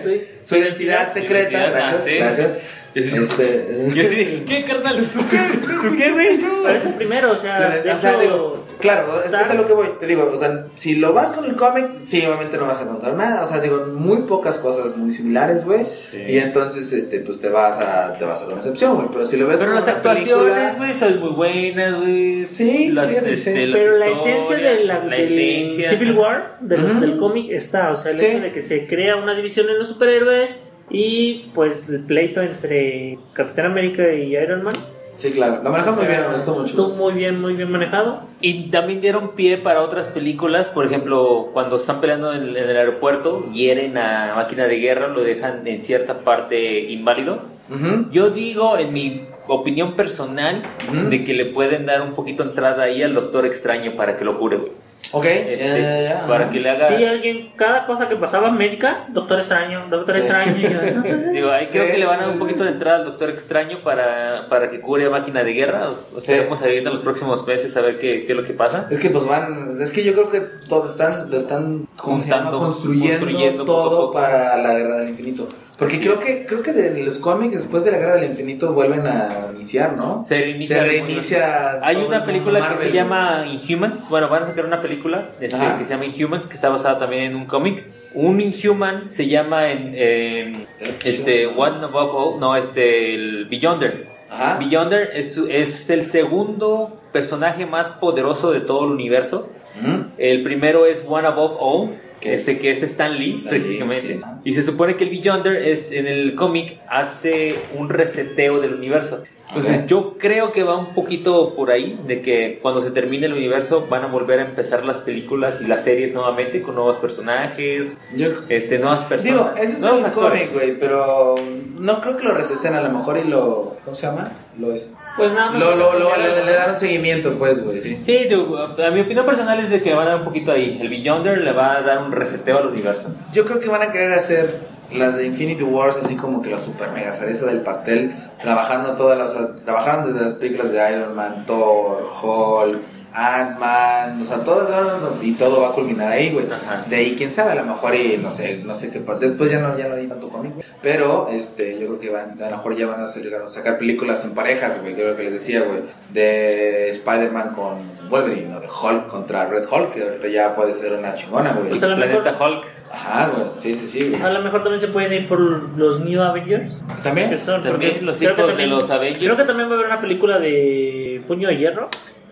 S3: Sí.
S6: su identidad secreta,
S1: Identidad,
S6: gracias,
S1: ah, sí.
S6: gracias.
S1: Yo sí,
S6: Este,
S1: yo sí dije, ¿qué, carnal? ¿Su qué? ¿Su qué, güey?
S3: Pero eso primero, o
S6: O
S3: sea,
S6: sea,
S3: de
S6: o sea,
S3: hecho,
S6: digo, claro, es,
S3: Stark-
S6: es a lo que voy. Te digo, o sea, si lo vas con el cómic, sí, obviamente no vas a encontrar nada. O sea, digo, muy pocas cosas muy similares, güey. Y entonces, este, pues te vas a, te vas a dar una excepción, güey. Pero si lo ves
S1: Pero
S6: con
S1: las
S6: una
S1: actuaciones,
S6: película-
S1: güey, son muy buenas, güey.
S6: Sí,
S1: las,
S6: fíjate, sí.
S1: este, las
S3: pero la
S1: historias,
S3: esencia de la,
S1: la
S3: del
S1: esencia.
S3: Civil War, del,
S6: Ujú.
S3: del cómic, está. O sea, el
S6: Sí.
S3: hecho de que se crea una división en los superhéroes y pues el pleito entre Capitán América y Iron Man.
S6: Sí, claro, lo manejan muy bien, me gustó
S3: Estuvo
S6: mucho.
S3: muy bien, muy bien manejado.
S1: Y también dieron pie para otras películas, por ejemplo, cuando están peleando en, en el aeropuerto, hieren a máquina de guerra, lo dejan en cierta parte inválido.
S6: Ujú.
S1: Yo digo, en mi opinión personal,
S6: Ujú.
S1: de que le pueden dar un poquito entrada ahí al doctor extraño para que lo cure, güey.
S6: Ok,
S1: Este,
S6: ya, ya, ya,
S1: para
S6: ajá.
S1: que le haga...
S3: Sí, alguien, cada cosa que pasaba en América, Doctor Extraño, Doctor
S6: Sí.
S3: Extraño. y yo,
S1: Digo, ahí
S6: Sí.
S1: creo que le van a dar un poquito de entrada al doctor extraño para, para que cure a máquina de guerra. O- o
S6: Sí.
S1: Estaremos ahí en los próximos meses a ver qué, qué es lo que pasa.
S6: Es que pues van, es que yo creo que todos están, lo están ¿cómo se llama?
S1: Juntando,
S6: construyendo,
S1: construyendo poco a
S6: todo
S1: poco.
S6: para la guerra del infinito. Porque creo que, creo que de los cómics después de la guerra del infinito vuelven a iniciar, ¿no?
S1: Se reinicia.
S6: Se reinicia
S1: Hay
S6: todo el
S1: una película que
S6: Marvel.
S1: se llama Inhumans. Bueno, van a sacar una película este,
S6: Ajá.
S1: que se llama Inhumans, que está basada también en un cómic. Un Inhuman se llama en, en, este One Above All, no, este el Beyonder.
S6: Ajá.
S1: Beyonder es, es el segundo personaje más poderoso de todo el universo.
S6: Ujú.
S1: El primero es One Above All,
S6: Que
S1: que,
S6: es-
S1: este, que es Stan Lee,
S6: Stan Lee,
S1: prácticamente.
S6: sí.
S1: Y se supone que el Beyonder es, en el cómic hace un reseteo del universo. Entonces
S6: Ok.
S1: yo creo que va un poquito por ahí, de que cuando se termine el universo van a volver a empezar las películas y las series nuevamente con nuevos personajes,
S6: Yo-
S1: este, nuevas
S6: digo,
S1: personas.
S6: eso es
S1: nuevos
S6: un cómic, güey, pero no creo que lo reseten a lo mejor y lo, ¿cómo se llama? Lo, es-
S3: pues nada
S6: lo,
S3: más.
S6: lo, lo- le, le dan un seguimiento, pues, güey. Sí.
S1: Sí, digo, a mi opinión personal es de que van a dar un poquito ahí. El Beyonder le va a dar un reseteo al universo.
S6: Yo creo que van a querer hacer las de Infinity Wars así como que la super mega cereza del pastel, trabajando todas las, o sea, trabajaron desde las películas de Iron Man, Thor, Hulk, Ant-Man, o sea, todas van- y todo va a culminar ahí, güey.
S1: Ajá.
S6: De ahí quién sabe, a lo mejor y no sé, no sé qué pa- después ya no ya no hay tanto cómic, güey. pero este yo creo que van a lo mejor ya van a, hacer- van a sacar películas en parejas, güey, que es lo que les decía, güey, de Spider-Man con Wolverine o de Hulk contra Red Hulk, que ahorita ya puede ser una chingona, güey.
S3: Pues a lo mejor-
S1: Planeta Hulk.
S6: Ajá, güey, sí, sí, sí, güey.
S3: A lo mejor también se pueden ir por los New Avengers. que
S6: También.
S3: son,
S1: ¿Eh? También
S3: porque
S1: los
S3: creo que
S1: hijos de
S3: también-
S1: los Avengers.
S3: Creo que también va a haber una película de Puño de Hierro.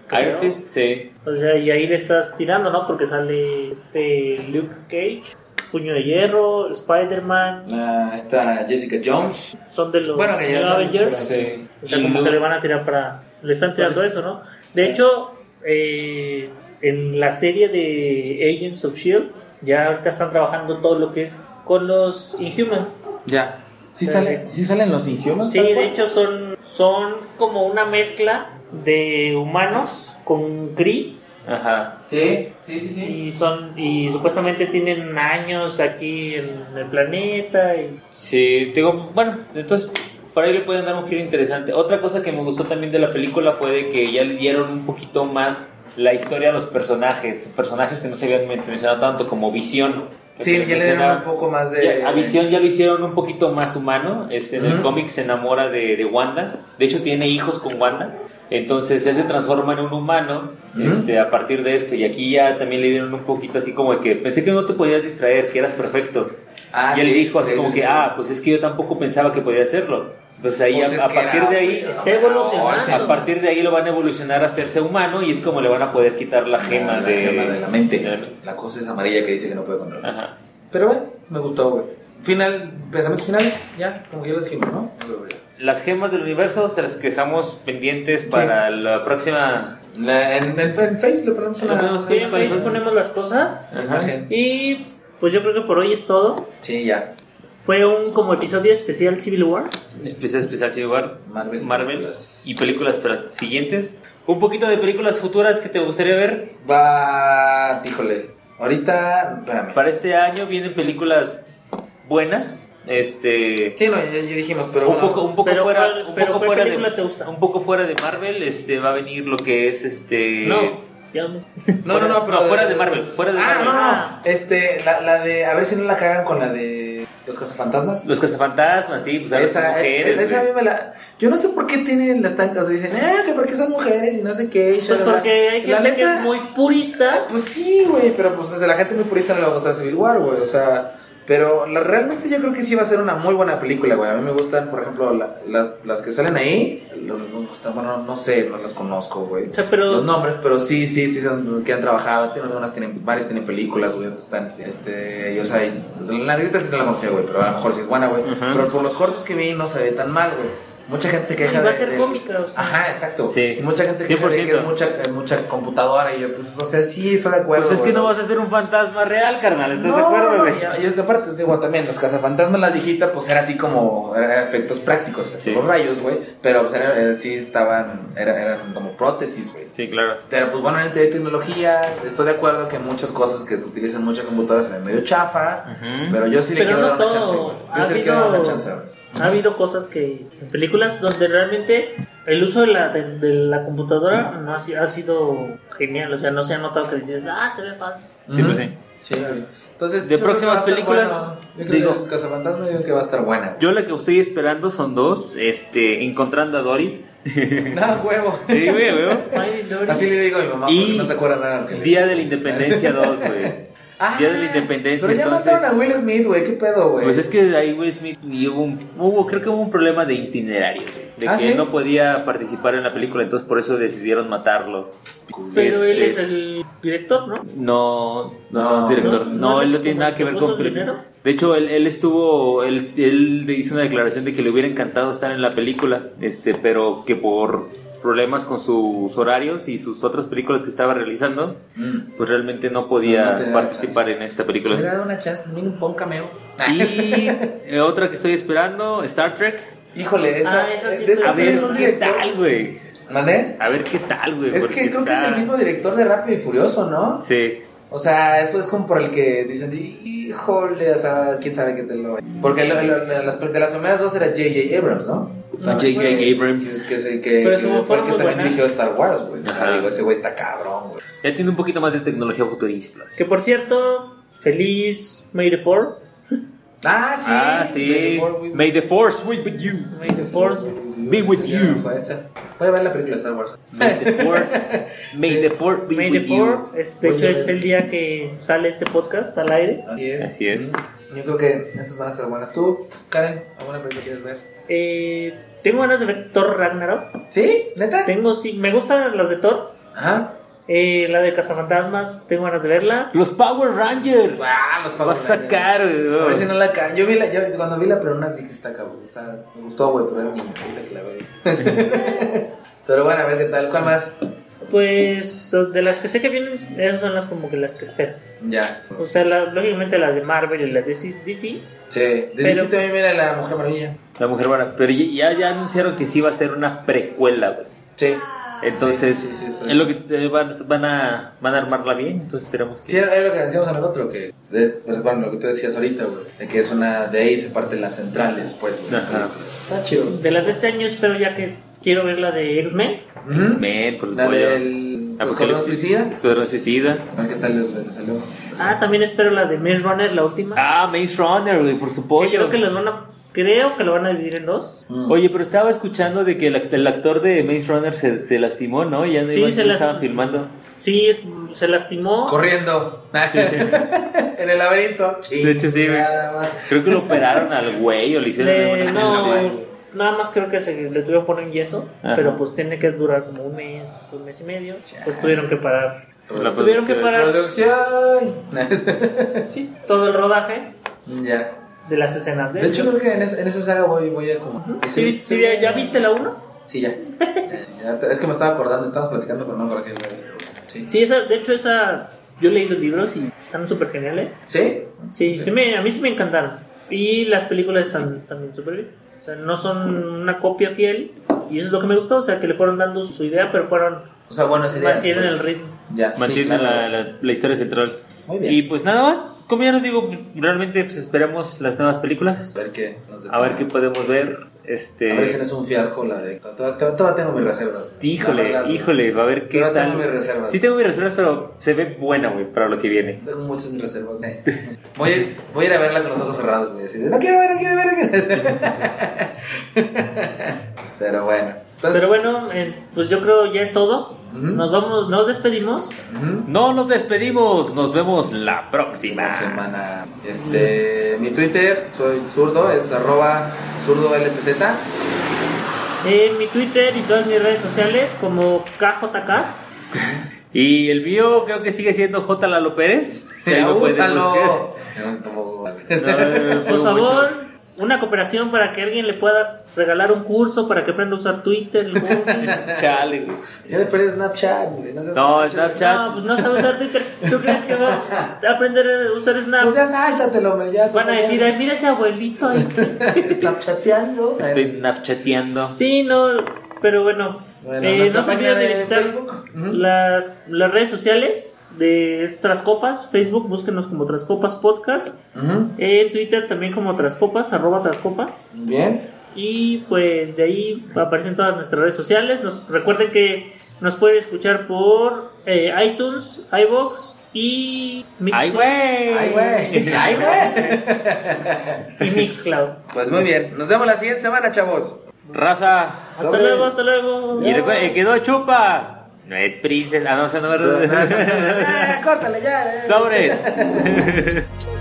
S3: creo.
S1: Iron Fist, sí.
S3: O sea, y ahí le estás tirando, ¿no? Porque sale este Luke Cage, Puño de Hierro, Spider-Man,
S6: Ah, está Jessica Jones.
S3: son de los
S6: Bueno, que ya
S3: New
S6: son-
S3: Avengers.
S6: Sí.
S3: O sea,
S1: Y
S3: como
S1: Lu-
S3: que le van a tirar para... Le están tirando eso, ¿no? De
S6: Pues, Sí.
S3: hecho, eh, en la serie de Agents of S.H.I.E.L.D. E ya ahorita están trabajando todo lo que es con los Inhumans.
S6: Ya. Sí, sale, sí salen los Inhumans.
S3: Sí,
S6: tal
S3: de
S6: cual?
S3: hecho son, son como una mezcla de humanos con Kree
S1: Ajá.
S6: Sí, sí, sí, sí.
S3: y son y supuestamente tienen años aquí en el planeta y
S1: Sí, digo, bueno, entonces por ahí le pueden dar un giro interesante. Otra cosa que me gustó también de la película fue de que ya le dieron un poquito más la historia a los personajes, personajes que no se habían mencionado tanto como Visión. Porque
S6: Sí, ya le dieron un
S1: mencionaba-
S6: poco más de.
S1: ya, a Visión ya lo hicieron un poquito más humano. Este, En el
S6: Ujú.
S1: cómic se enamora de, de Wanda. De hecho, tiene hijos con Wanda. Entonces él se transforma en un humano
S6: Ujú.
S1: este, a partir de esto. Y aquí ya también le dieron un poquito así como de que pensé que no te podías distraer, que eras perfecto
S6: Ah,
S1: y él
S6: sí,
S1: dijo así
S6: sí,
S1: como
S6: sí,
S1: que,
S6: sí.
S1: ah, pues es que yo tampoco pensaba que podía hacerlo. Entonces ahí,
S6: Pues es
S1: a, a
S6: que
S1: partir
S6: era,
S1: de ahí,
S6: güey,
S3: está
S6: no,
S3: evolucionando.
S6: o sea,
S1: a partir de ahí lo van a evolucionar a hacerse humano y es como le van a poder quitar la gema,
S6: la
S1: de,
S6: gema de la mente.
S1: de la mente. Ah.
S6: La cosa es amarilla que dice que no puede controlar.
S1: Ajá.
S6: Pero bueno, me gustó, güey. Final, pensamientos finales, ya, como que ya lo dijimos, ¿no?
S1: las gemas del universo se las que dejamos pendientes para la próxima.
S6: La- en, en, en Face le ponemos
S1: Le
S6: una
S1: ponemos
S3: Sí, en Facebook ponemos las cosas.
S1: Ajá.
S6: imagen.
S3: Y pues yo creo que por hoy es todo.
S6: Sí, ya.
S3: Fue un como episodio especial Civil War.
S1: Especial, especial, sin lugar.
S6: Marvel.
S1: Marvel y películas para- siguientes. Un poquito de películas futuras que te gustaría ver.
S6: Va, híjole. Ahorita, espérame.
S1: Para este año vienen películas buenas. Este.
S6: Sí, no, ya, ya dijimos, pero
S1: un
S6: bueno.
S1: poco, un poco
S3: Pero
S1: fuera,
S3: ¿cuál-
S1: un
S3: pero
S1: poco
S3: cuál
S1: fuera
S3: película
S1: de,
S3: te gusta?
S1: un poco fuera de Marvel, este va a venir lo que es este
S3: No, ya no.
S6: No, no, no, pero.
S1: no, fuera de Marvel, fuera de
S6: ah,
S1: Marvel.
S6: no, no,
S3: Ah.
S6: no. Este, la, la de. A ver si no la cagan con la de. Los cazafantasmas.
S1: los cazafantasmas, sí, pues a veces
S6: Esa,
S1: mujeres,
S6: eh, esa a
S1: güey.
S6: mí me la. Yo no sé por qué tienen las tancas. Dicen, ah, que porque son mujeres y no sé qué. y
S3: Pues
S6: shalala".
S3: porque hay gente
S6: la
S3: que es
S6: neta,
S3: muy purista.
S6: Pues sí, güey, pero pues o sea, la gente muy purista no le va a gustar Civil War, güey. O sea, pero la- realmente yo creo que sí va a ser una muy buena película, güey. A mí me gustan, por ejemplo, la- las, las que salen ahí. lo- lo- está- Bueno, no sé, no las conozco, güey.
S3: O sea, pero-
S6: Los nombres, pero sí, sí, sí, son, que han trabajado. Tienen unas, tienen, varias tienen películas, güey. Otras están, este, y, o sea, y- la neta sí no la conocía, güey, pero a lo mejor sí es buena, güey. Pero por los cortos que vi no se ve tan mal, güey. Mucha gente se
S3: Y
S6: queja
S3: va a
S6: de-
S3: ser
S6: de-
S3: cómica, o sea.
S6: Ajá, exacto.
S1: Sí.
S6: Y Mucha gente se queja de que
S1: 100%.
S6: es mucha, eh, mucha computadora y yo, pues, o sea, sí, estoy de acuerdo.
S1: Pues es que
S6: güey.
S1: no vas a ser un fantasma real, carnal, ¿estás
S6: No,
S1: de acuerdo, güey?
S6: y- y aparte, digo, también los cazafantasmas, las viejitas, pues era así como era efectos prácticos,
S1: Sí.
S6: los rayos, güey. Pero pues era- era- sí estaban, era- eran como prótesis, güey.
S1: Sí, claro.
S6: Pero pues bueno, hay tecnología, estoy de acuerdo que muchas cosas que utilizan muchas computadoras se ven medio chafa,
S1: Ujú.
S6: pero yo sí le
S3: Pero
S6: quiero
S3: no
S6: dar una
S3: todo.
S6: chance, güey.
S3: Ha
S6: Yo sí le quiero dar
S3: habido-
S6: una chance, güey.
S3: Ha habido cosas que. En películas donde realmente el uso de la, de, de la computadora no ha, si- ha sido genial. O sea, no se ha notado que dices, ah, se ve falso.
S1: Sí, pues sí.
S6: Sí, güey. Entonces,
S1: De
S6: yo creo que va a
S1: próximas
S6: estar
S1: películas,
S6: bueno. Yo creo
S1: digo-
S6: que Cazafantasma digo que va a estar buena.
S1: Yo la que estoy esperando son dos, este, encontrando a Dory.
S6: No, huevo.
S1: Sí, güey, güey.
S3: Ay, no, no.
S6: Así le digo a mi mamá
S1: Y-
S6: porque no se acuerda nada. que le-
S1: Día de la Independencia 2, güey.
S6: Ah,
S1: Día de la Independencia,
S6: Pero ya
S1: entonces-
S6: mataron a Will Smith, güey. ¿Qué pedo, güey?
S1: Pues es que ahí Will Smith y hubo, un, hubo- creo que hubo un problema de itinerario, güey, de
S6: ¿Ah,
S1: que
S6: sí?
S1: no podía participar en la película, entonces por eso decidieron matarlo.
S3: Pero él
S1: Este,
S3: es el director, ¿no?
S1: No, no,
S6: Ah, No.
S1: director.
S3: ¿No?
S1: No,
S3: ¿No
S1: él
S3: es
S1: no tiene
S3: como
S1: nada
S3: el
S1: que
S3: que
S1: ver
S3: puso
S1: con.
S3: el
S1: peli-
S3: dinero?
S1: De hecho, él, él estuvo. Él, él hizo una declaración de que le hubiera encantado estar en la película, este, pero que por problemas con sus horarios y sus otras películas que estaba realizando,
S6: Mm.
S1: pues realmente no podía
S6: No, no tenía
S1: participar en esta
S6: Le hubiera
S1: película.
S6: dado una chance, mínimo un cameo.
S1: Y eh, otra que estoy esperando, Star Trek.
S6: Híjole, esa.
S3: Ah, esa sí
S6: de
S1: A
S3: está
S6: esa
S1: ver
S6: tiene un
S1: qué
S6: director.
S1: tal, güey.
S6: ¿Mandé?
S1: A ver qué tal, güey.
S6: Es
S1: porque
S6: que creo que es
S1: está-
S6: el mismo director de Rápido y Furioso, ¿no?
S1: Sí.
S6: O sea, eso es como por el que dicen, híjole, o sea, quién sabe qué te lo. Porque lo- lo- lo- las, de las primeras dos era J.J. Abrams, ¿no?
S1: J.J.
S6: Fue-
S1: Abrams.
S6: Que, que- que-
S3: Pero
S6: que
S3: su-
S6: fue el
S3: fueron
S6: que
S3: muy
S6: también
S3: buenas.
S6: dirigió Star Wars, güey. O
S1: Ajá.
S6: sea, digo, ese güey está cabrón, güey.
S1: Ya tiene un poquito más de tecnología futurista.
S3: Que por cierto, feliz May the 4
S6: Ah, sí.
S1: Ah, sí. May the force be with you.
S3: May the Force.
S1: Be with you.
S6: Fue esa. Voy a ver la película de Star Wars.
S1: May the force. May the force be
S3: May
S1: with
S3: the
S1: you.
S3: 4 es, de
S6: Voy
S3: hecho,
S6: a
S3: es
S6: ver.
S3: el día que sale este podcast al aire.
S6: Así es.
S1: Así es.
S6: Mm. Yo creo que esas van a estar buenas. ¿Tú, Karen, alguna película quieres ver?
S3: Eh, tengo ganas de ver Thor Ragnarok.
S6: ¿Sí? ¿Neta?
S3: Tengo, sí, me gustan las de Thor.
S6: Ajá.
S3: Eh, la de Cazafantasmas, tengo ganas de verla.
S1: Los Power Rangers.
S6: Ah, los
S1: Va a sacar,
S6: A ver
S1: güey.
S6: si no la ca- Yo, vi la, yo cuando vi la pregunta dije, está cabrón. Está, me gustó, güey, pero era niño. Ahorita que la veo. pero bueno, a ver qué tal. ¿Cuál más?
S3: Pues de las que sé que vienen, esas son las como que las que espero.
S6: Ya.
S3: O sea, las- lógicamente las de Marvel y las de C- DC.
S6: Sí. De
S3: Pero-
S6: visita también viene la Mujer Maravilla.
S1: La mujer buena. Pero ya, ya anunciaron que sí va a ser una precuela, güey.
S6: Ah, Sí.
S1: Entonces,
S6: Sí, sí, sí, sí, espero.
S1: es lo que eh, van, van a, van a armarla bien. Entonces, esperamos
S6: Sí,
S1: que.
S6: era era lo que decíamos en el otro, que es, pero bueno, lo que tú decías ahorita, güey, de que es una, de ahí se parten las centrales, pues, güey.
S1: Ajá.
S6: Está chido.
S3: De las de este año espero ya que quiero ver la de X-Men.
S6: Ujú.
S1: X-Men, por
S6: La
S1: supuesto.
S6: del los
S1: Apocalipsis.
S6: Escuadrón Suicida.
S1: Escuadrón Suicida.
S6: A ver qué tal les, les salió.
S3: Ah, también espero la de Maze Runner, la última.
S1: Ah, Maze Runner, güey, por
S3: Yo creo
S1: supuesto.
S3: que las van a, creo que lo van a dividir en dos.
S6: Mm.
S1: Oye, pero estaba escuchando de que el, act- el actor de Maze Runner se, se lastimó, ¿no? Ya no
S3: Sí,
S1: iban-
S3: se
S1: no
S3: las-
S1: estaban filmando.
S3: Sí, es- se lastimó.
S6: Corriendo. en el laberinto.
S1: De hecho, sí, güey.
S6: Nada más.
S1: Creo que lo operaron al güey o le hicieron
S3: Le-
S1: alguna
S3: no,
S1: cosa.
S3: pues, nada más creo que se le tuvieron que poner yeso,
S1: Ajá.
S3: pero pues tiene que durar como un mes, un mes y medio. Pues tuvieron que parar.
S1: La
S3: tuvieron que
S1: producción.
S3: parar
S6: Producción.
S3: sí, todo el rodaje.
S6: ya.
S3: de las escenas de,
S6: De hecho, creo que en, es- en esa saga voy, voy a como.
S3: ¿Sí, viste- sí, ya, ya viste la 1?
S6: Sí, ya. Sí, ya. Es que me estaba acordando, estábamos platicando, pero no me acuerdo que lo Sí.
S3: Sí, esa, de hecho esa... Yo leí los libros y están súper geniales.
S6: ¿Sí?
S3: Sí, sí me, a mí sí me encantaron. Y las películas están también súper bien. O sea, no son una copia fiel. Y eso es lo que me gustó. O sea, que le fueron dando su idea, pero fueron...
S6: O sea, bueno, ese día.
S3: Mantienen el
S6: pues,
S3: ritmo.
S6: Ya. sí,
S1: Mantiene
S6: claro.
S1: la, la- la historia central.
S6: Muy bien.
S1: Y pues nada más, como ya nos digo, realmente pues esperamos las nuevas películas.
S6: A ver qué nos
S1: A ver qué
S6: depara.
S1: podemos ver.
S6: A ver si no
S1: Este.
S6: es un fiasco la de. Todavía todavía tengo mis reservas.
S1: Híjole,
S6: La verdad,
S1: híjole, va a ver qué
S6: Yo tengo
S1: tal.
S6: mis reservas.
S1: Sí tengo mis reservas, pero se ve buena, güey, para lo que viene.
S6: Tengo muchas reservas. Voy a, voy a ir a verla con los ojos cerrados, güey. Así de, no quiero ver, no quiero ver. no quiero ver". Pero bueno. Entonces,
S3: Pero bueno, eh, pues yo creo ya es todo.
S6: Ujú.
S3: Nos vamos, nos despedimos.
S6: ujú.
S1: No nos despedimos, nos vemos la próxima.
S6: La semana. Este, mi Twitter, soy zurdo, es arroba zurdo LPZ.
S3: En mi Twitter y todas mis redes sociales como KJKas.
S1: Y el mío creo que sigue siendo J. Lalo Pérez. Ahí lo pueden buscar.
S6: úsalo. No, tampoco, vale.
S1: No,
S3: Por
S1: mucho.
S3: favor, una cooperación para que alguien le pueda regalar un curso para que aprenda a usar Twitter. el Google.
S1: Chale, güey.
S6: Ya me perdí Snapchat, güey. No, seas
S1: No,
S6: macho.
S1: Snapchat.
S3: No, pues no sabe usar Twitter. ¿Tú crees que va a aprender a usar
S6: Pues ya
S3: Snap?
S6: sáltatelo, hombre, ya.
S3: Van a decir,
S1: eh,
S3: ay, mira ese abuelito. ahí".
S6: Snapchateando.
S1: Estoy nafchateando.
S3: Sí, no, pero bueno.
S6: Bueno,
S3: Eh,
S6: nuestra
S3: no se olviden
S6: página
S3: de
S6: de
S3: visitar
S6: Facebook. Ujú.
S3: las, las redes sociales de Trascopas. Facebook, búsquenos como Trascopas Podcast.
S6: Ujú.
S3: En Twitter también como Trascopas, arroba Trascopas.
S6: Bien.
S3: Y pues de ahí aparecen todas nuestras redes sociales. Nos, recuerden que nos pueden escuchar por eh, iTunes, iBox y
S1: ¡Ay,
S3: Mixcloud.
S1: güey!
S6: Ay, güey. Ay, güey.
S3: Y Mixcloud.
S6: Pues muy bien. Nos vemos la siguiente semana, chavos.
S1: Raza.
S3: Hasta
S6: Sobre.
S3: luego, hasta luego.
S1: Y recuerden, quedó chupa. No es princesa. Ah, no, esa no, ¿verdad?
S6: Ah, Córtale ya. eh.
S1: Sobres.
S7: Thank